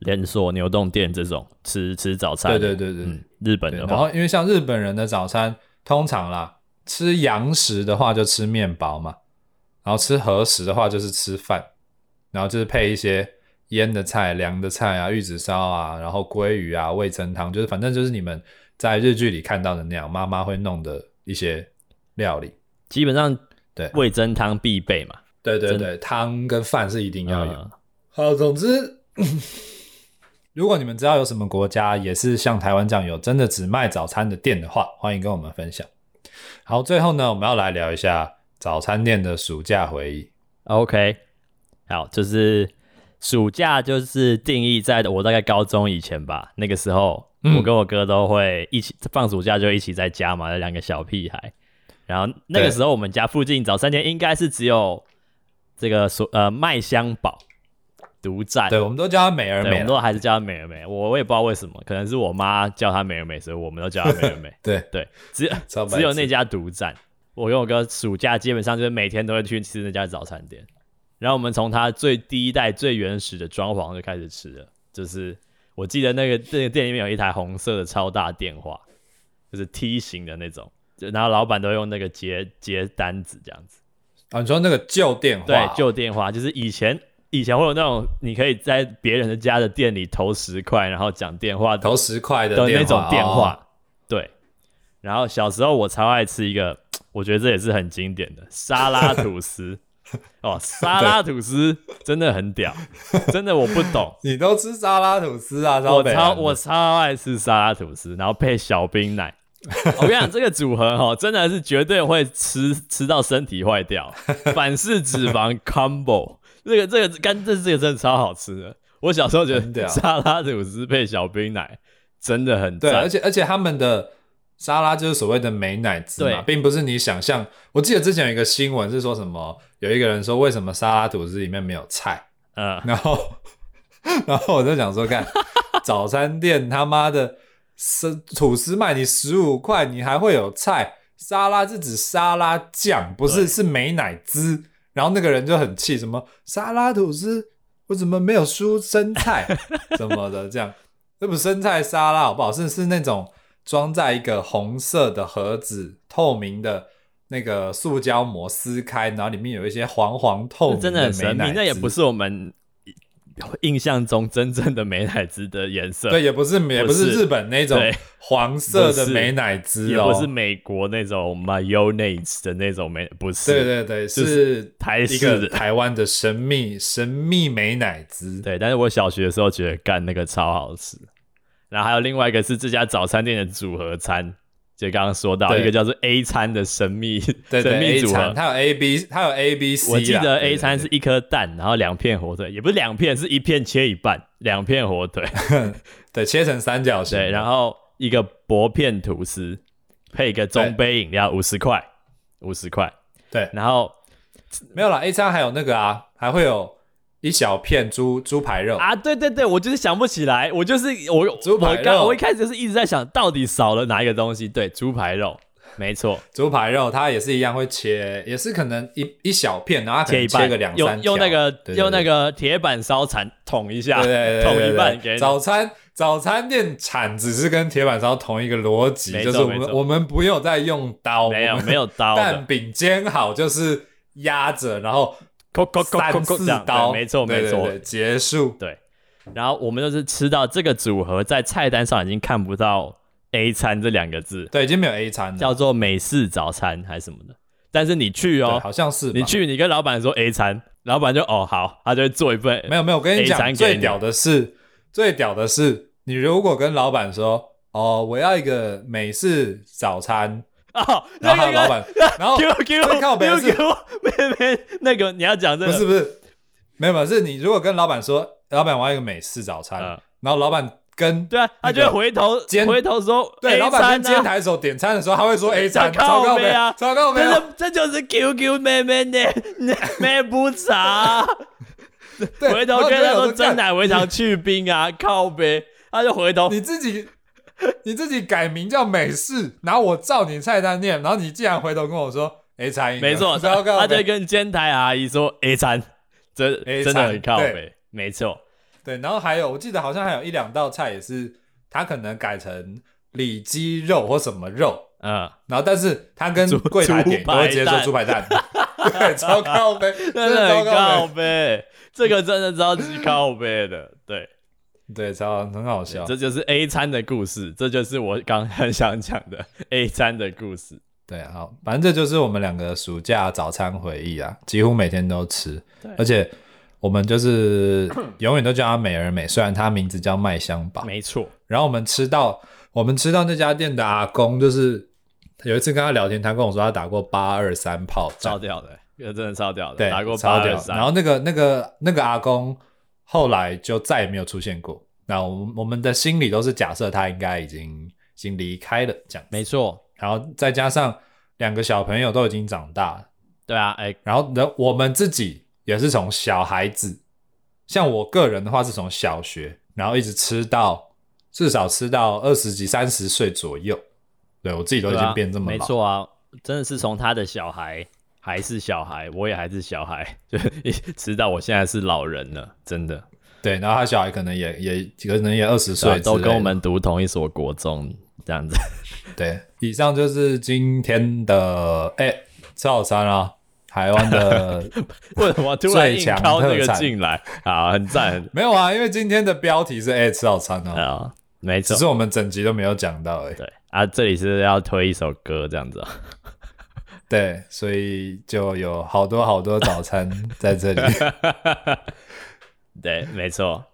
Speaker 2: 连锁牛丼店这种吃吃早餐，
Speaker 1: 对对对对
Speaker 2: 嗯，日本
Speaker 1: 对，
Speaker 2: 的
Speaker 1: 然
Speaker 2: 话，
Speaker 1: 后因为像日本人的早餐，通常啦，吃洋食的话就吃面包嘛，然后吃和食的话就是吃饭，然后就是配一些腌的菜、凉的菜啊、玉子烧啊，然后鲑鱼啊、味噌汤，就是反正就是你们在日剧里看到的那样，妈妈会弄的一些料理。
Speaker 2: 基本上
Speaker 1: 对
Speaker 2: 味噌汤必备嘛，
Speaker 1: 对对
Speaker 2: 真
Speaker 1: 对，汤跟饭是一定要有。
Speaker 2: 嗯
Speaker 1: 好，总 之，如果你们知道有什么国家也是像台湾这样有真的只卖早餐的店的话，欢迎跟我们分享。好，最后呢，我们要来聊一下早餐店的暑假回忆。
Speaker 2: OK，好，就是暑假就是定义在我大概高中以前吧，那个时候、
Speaker 1: 嗯
Speaker 2: 我跟我哥都会一起放暑假就一起在家嘛，那两个小屁孩。然后那个
Speaker 1: 对
Speaker 2: 时候我们家附近早餐店应该是只有这个所呃麦香堡独占，
Speaker 1: 对，我们都叫它美而
Speaker 2: 对，我
Speaker 1: 美啦。
Speaker 2: 们都还是叫它美而美，我我也不知道为什么，可能是我妈叫它美而美，所以我们都叫它美而美。
Speaker 1: 对，
Speaker 2: 对，只
Speaker 1: 超白痴
Speaker 2: 只有那家独占。我跟我哥暑假基本上就是每天都会去吃那家早餐店，然后我们从它最第一代最原始的装潢就开始吃了，就是我记得那个那个店里面有一台红色的超大电话，就是 T 型的那种，就然后老板都用那个接接单子这样子。
Speaker 1: 啊，你说那个旧电话，
Speaker 2: 对，旧电话就是以前以前会有那种你可以在别人的家的店里投十块，然后讲电话
Speaker 1: 投十块的
Speaker 2: 的那
Speaker 1: 电
Speaker 2: 种
Speaker 1: 话，
Speaker 2: 电话，
Speaker 1: 哦
Speaker 2: 对。然后小时候我超爱吃一个，我觉得这也是很经典的沙拉吐司。哦，沙拉吐司真的很屌，真的我不 懂，
Speaker 1: 你都吃沙拉吐司啊？
Speaker 2: 我
Speaker 1: 北
Speaker 2: 超
Speaker 1: 兰
Speaker 2: 我超爱吃沙拉吐司，然后配小冰奶。我跟你讲，这个组合哦，真的是绝对会吃吃到身体坏掉，反式脂肪 combo。这 个这个干这这个真的超好吃的。我小时候觉
Speaker 1: 很屌
Speaker 2: 得沙拉吐司配小冰奶真的很
Speaker 1: 对，
Speaker 2: 赞
Speaker 1: 而，且而且他们的沙拉就是所谓的美乃滋嘛，
Speaker 2: 对
Speaker 1: 并不是你想象。我记得之前有一个新闻是说什么，有一个人说为什么沙拉吐司里面没有菜，
Speaker 2: 嗯，
Speaker 1: 然后然后我就想说，看早餐店他妈的是吐司卖你十五块，你还会有菜，沙拉是指沙拉酱，不是
Speaker 2: 对
Speaker 1: 是美乃滋。然后那个人就很气，什么沙拉吐司，我怎么没有蔬生菜什么的，这样这不是生菜沙拉好不好？是是那种装在一个红色的盒子，透明的。那个塑胶膜撕开，然后里面有一些黄黄透
Speaker 2: 这
Speaker 1: 明
Speaker 2: 真的很
Speaker 1: 哦美
Speaker 2: 神
Speaker 1: 乃
Speaker 2: 秘，那也
Speaker 1: 滋
Speaker 2: 不是我们印象中真正的美乃滋的颜色，
Speaker 1: 对，也不是也不
Speaker 2: 不
Speaker 1: 是
Speaker 2: 是
Speaker 1: 日本那种
Speaker 2: 对
Speaker 1: 黄色
Speaker 2: 不
Speaker 1: 的
Speaker 2: 是
Speaker 1: 美乃滋
Speaker 2: 也
Speaker 1: 哦，
Speaker 2: 不是美国那种 mayonnaise 的那种美，不是，
Speaker 1: 对对对，
Speaker 2: 就是
Speaker 1: 是
Speaker 2: 台
Speaker 1: 一
Speaker 2: 式
Speaker 1: 个
Speaker 2: 的
Speaker 1: 台湾的神秘神秘美乃滋，
Speaker 2: 对，但是我小学的时候觉得干那个超好吃。然后还有另外一个是这家早餐店的组合餐，就刚刚说到
Speaker 1: 对
Speaker 2: 一个叫做 A 餐的神秘
Speaker 1: 对对
Speaker 2: 神秘
Speaker 1: A
Speaker 2: 组
Speaker 1: 餐，
Speaker 2: 合。
Speaker 1: 它有 A B，它有 A B C，
Speaker 2: 我记
Speaker 1: 啦
Speaker 2: 得
Speaker 1: 对
Speaker 2: A
Speaker 1: 对
Speaker 2: 餐
Speaker 1: 对
Speaker 2: 是一颗蛋，然后两片火腿，也不是两片，是一片切一半，两片火腿，
Speaker 1: 对切成三角形的，
Speaker 2: 对，然后一个薄片吐司，配一个中杯饮料，五十块，五十块，
Speaker 1: 对
Speaker 2: 然后
Speaker 1: 没有啦 A 餐还有那个啊，还会有一小片猪猪排肉，
Speaker 2: 啊，对对对，我就是想不起来，我就是我
Speaker 1: 哦猪排
Speaker 2: 我
Speaker 1: 肉
Speaker 2: 刚我一开始就是一直在想到底少了哪一个东西，对，猪排肉，没错，
Speaker 1: 猪排肉它也是一样会切，也是可能一一小片，然后它可
Speaker 2: 切
Speaker 1: 能
Speaker 2: 一半，
Speaker 1: 哎切个两三
Speaker 2: 用用那
Speaker 1: 条
Speaker 2: 个
Speaker 1: 对对
Speaker 2: 用
Speaker 1: 对
Speaker 2: 那个铁板烧铲捅一下，
Speaker 1: 对对对对对
Speaker 2: 捅一半
Speaker 1: 对
Speaker 2: 给你
Speaker 1: 早餐早餐店铲子是跟铁板烧同一个逻辑，
Speaker 2: 没
Speaker 1: 就
Speaker 2: 错
Speaker 1: 是我
Speaker 2: 没
Speaker 1: 们
Speaker 2: 错
Speaker 1: 我们不用再用刀，
Speaker 2: 没有
Speaker 1: 我们
Speaker 2: 没有刀
Speaker 1: 蛋
Speaker 2: 的，
Speaker 1: 饼煎好就是压着，然后
Speaker 2: 扣扣扣扣
Speaker 1: 三
Speaker 2: 扣
Speaker 1: 四
Speaker 2: 这样，
Speaker 1: 刀，
Speaker 2: 对没错
Speaker 1: 对
Speaker 2: 没
Speaker 1: 对
Speaker 2: 错
Speaker 1: 对，结束。
Speaker 2: 对。然后我们就是吃到这个组合在菜单上已经看不到 A 餐这两个字，
Speaker 1: 对，已经没有 A 餐了，
Speaker 2: 叫做美式早餐还是什么的。但是你去
Speaker 1: 对
Speaker 2: 哦，
Speaker 1: 好像是吧
Speaker 2: 你去你跟老板说 A 餐，老板就哦好，他就会做一份
Speaker 1: 没有没有，我跟你
Speaker 2: A 餐给
Speaker 1: 讲，
Speaker 2: 你
Speaker 1: 最屌的是，最屌的是，你如果跟老板说，哦，我要一个美式早餐，
Speaker 2: 哦，
Speaker 1: 然后
Speaker 2: 那
Speaker 1: 他
Speaker 2: 个哦
Speaker 1: 老 板，然后
Speaker 2: Q Q
Speaker 1: 最靠北的
Speaker 2: Q
Speaker 1: 是
Speaker 2: Q，没 没那个你要讲这
Speaker 1: 不
Speaker 2: 个
Speaker 1: 是不是，没有没有，是你如果跟老板说，老板我要一个美式早餐，
Speaker 2: 嗯
Speaker 1: 然后老板跟
Speaker 2: 对啊，他就会回头
Speaker 1: 煎
Speaker 2: 回头说
Speaker 1: 对、
Speaker 2: A
Speaker 1: 老板跟
Speaker 2: 餐
Speaker 1: 接
Speaker 2: 啊，
Speaker 1: 台手点餐的时候，他会说 A 餐，
Speaker 2: 超
Speaker 1: 超
Speaker 2: 靠
Speaker 1: 高
Speaker 2: 北啊
Speaker 1: 超高没
Speaker 2: 这是这就是 Q Q 妹妹的 妹不茶，
Speaker 1: 对，
Speaker 2: 回
Speaker 1: 然
Speaker 2: 头
Speaker 1: 后
Speaker 2: 跟
Speaker 1: 就
Speaker 2: 他
Speaker 1: 有
Speaker 2: 说
Speaker 1: 说
Speaker 2: 真
Speaker 1: 干
Speaker 2: 奶围糖去冰啊，靠呗，他就回头
Speaker 1: 你自己。你自己改名叫美式，然后我照你菜单念，然后你竟然回头跟我说 A 餐一个，
Speaker 2: 没错，
Speaker 1: 超
Speaker 2: 他
Speaker 1: 高
Speaker 2: 他就
Speaker 1: 北
Speaker 2: 会跟煎台阿姨说 A 餐，真
Speaker 1: A
Speaker 2: 真的
Speaker 1: 餐
Speaker 2: 很靠
Speaker 1: 对
Speaker 2: 呗，没错，
Speaker 1: 对，然后还有，我记得好像还有一两道菜也是，它可能改成里脊肉或什么肉，
Speaker 2: 嗯。
Speaker 1: 然后但是它跟
Speaker 2: 猪
Speaker 1: 柜台点
Speaker 2: 猪
Speaker 1: 都
Speaker 2: 排
Speaker 1: 会直接说
Speaker 2: 蛋
Speaker 1: 猪排 蛋，对，超靠背，
Speaker 2: 真
Speaker 1: 真
Speaker 2: 的
Speaker 1: 的
Speaker 2: 很
Speaker 1: 超靠
Speaker 2: 靠
Speaker 1: 背，
Speaker 2: 背，这个真的超级靠背的，对，
Speaker 1: 对，超很好笑。
Speaker 2: 这就是 A 餐的故事，这就是我刚很想讲的 A 餐的故事，
Speaker 1: 对，好，反正这就是我们两个暑假早餐回忆啊，几乎每天都吃
Speaker 2: 对，
Speaker 1: 而且我们就是 永远都叫它美而美，虽然它名字叫麦香堡，
Speaker 2: 没错，
Speaker 1: 然后我们吃到我们吃到那家店的阿公，就是有一次跟他聊天，他跟我说他打过八二三炮
Speaker 2: 超
Speaker 1: 仗，
Speaker 2: 屌的，这真的超屌的，
Speaker 1: 啊对，
Speaker 2: 打过八
Speaker 1: 超
Speaker 2: 二
Speaker 1: 屌。
Speaker 2: 三，
Speaker 1: 然后那个那个那个阿公后来就再也没有出现过。那我们我们的心里都是假设他应该已经已经离开了这样，
Speaker 2: 没错，
Speaker 1: 然后再加上两个小朋友都已经长大了，
Speaker 2: 对啊，哎、
Speaker 1: 然后呢，我们自己也是从小孩子，像我个人的话是从小学，然后一直吃到至少吃到二十几、三十岁左右。对我自己都已
Speaker 2: 对啊
Speaker 1: 经变这么
Speaker 2: 没
Speaker 1: 老，
Speaker 2: 错啊，真的是从他的小孩还是小孩，我也还是小孩， 就直到我现在是老人了，真的，
Speaker 1: 对，然后他小孩可能也也可能也二十
Speaker 2: 对啊
Speaker 1: 岁，
Speaker 2: 都跟我。们读同一所国中这 样子，
Speaker 1: 对，以上就是今天的哎、吃早餐啊，台湾 的
Speaker 2: 为什么突然
Speaker 1: 最
Speaker 2: 硬
Speaker 1: 强
Speaker 2: 敲这
Speaker 1: 特
Speaker 2: 个
Speaker 1: 产
Speaker 2: 进来？好，很赞，很
Speaker 1: 没有啊，因为今天的标题是哎、吃早餐啊，
Speaker 2: 啊，没
Speaker 1: 只
Speaker 2: 错，
Speaker 1: 是我们整集都没有讲到而已。
Speaker 2: 对啊，这里是要推一首歌这样子、哦，
Speaker 1: 对，所以就有好多好多早餐 在这 里。
Speaker 2: 对，没错，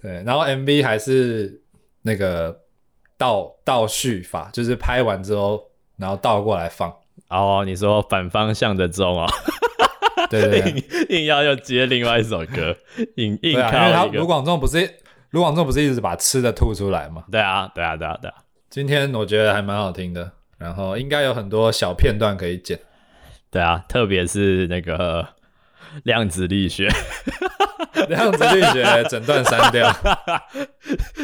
Speaker 1: 对，然后 MV 还是那个倒倒叙法，就是拍完之后，然后倒过来放。
Speaker 2: 哦，你说反方向的钟哦，
Speaker 1: 对对对，
Speaker 2: 硬硬要又接另外一首歌，硬硬
Speaker 1: 对啊，因为他
Speaker 2: 靠一
Speaker 1: 卢
Speaker 2: 个，
Speaker 1: 广仲不是卢广仲不是一直把吃的吐出来嘛？
Speaker 2: 对啊，对啊，对啊，对啊，
Speaker 1: 今天我觉得还蛮好听的，然后应该有很多小片段可以剪。
Speaker 2: 对啊，特别是那个量子力学，
Speaker 1: 量子力学整段删掉，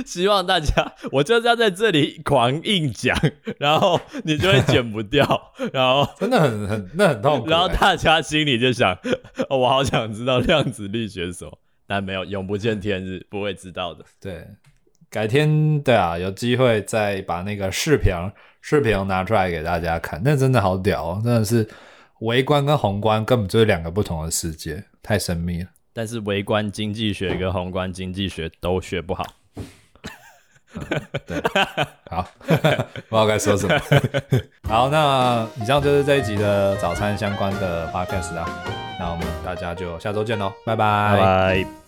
Speaker 2: 希望大家，我就是要在这里狂硬讲，然后你就会剪不掉，然后。
Speaker 1: 真的很很那很痛苦、
Speaker 2: 然后
Speaker 1: 欸。
Speaker 2: 大家心里就想、 哦我好想知道量子力学是什么，但没有，永不见天日，不会知道的。
Speaker 1: 对，改天对啊，有机会再把那个视频视频拿出来给大家看，那真的好屌哦，真的是微观跟宏观根本就是两个不同的世界，太神秘了。
Speaker 2: 但是微观经济学跟宏观经济学都学不好。
Speaker 1: 好， 不知道该说什 么。好，那以上就是这一集的早餐相关的 podcast 啊，那我们大家就下周见喽，拜拜
Speaker 2: 拜。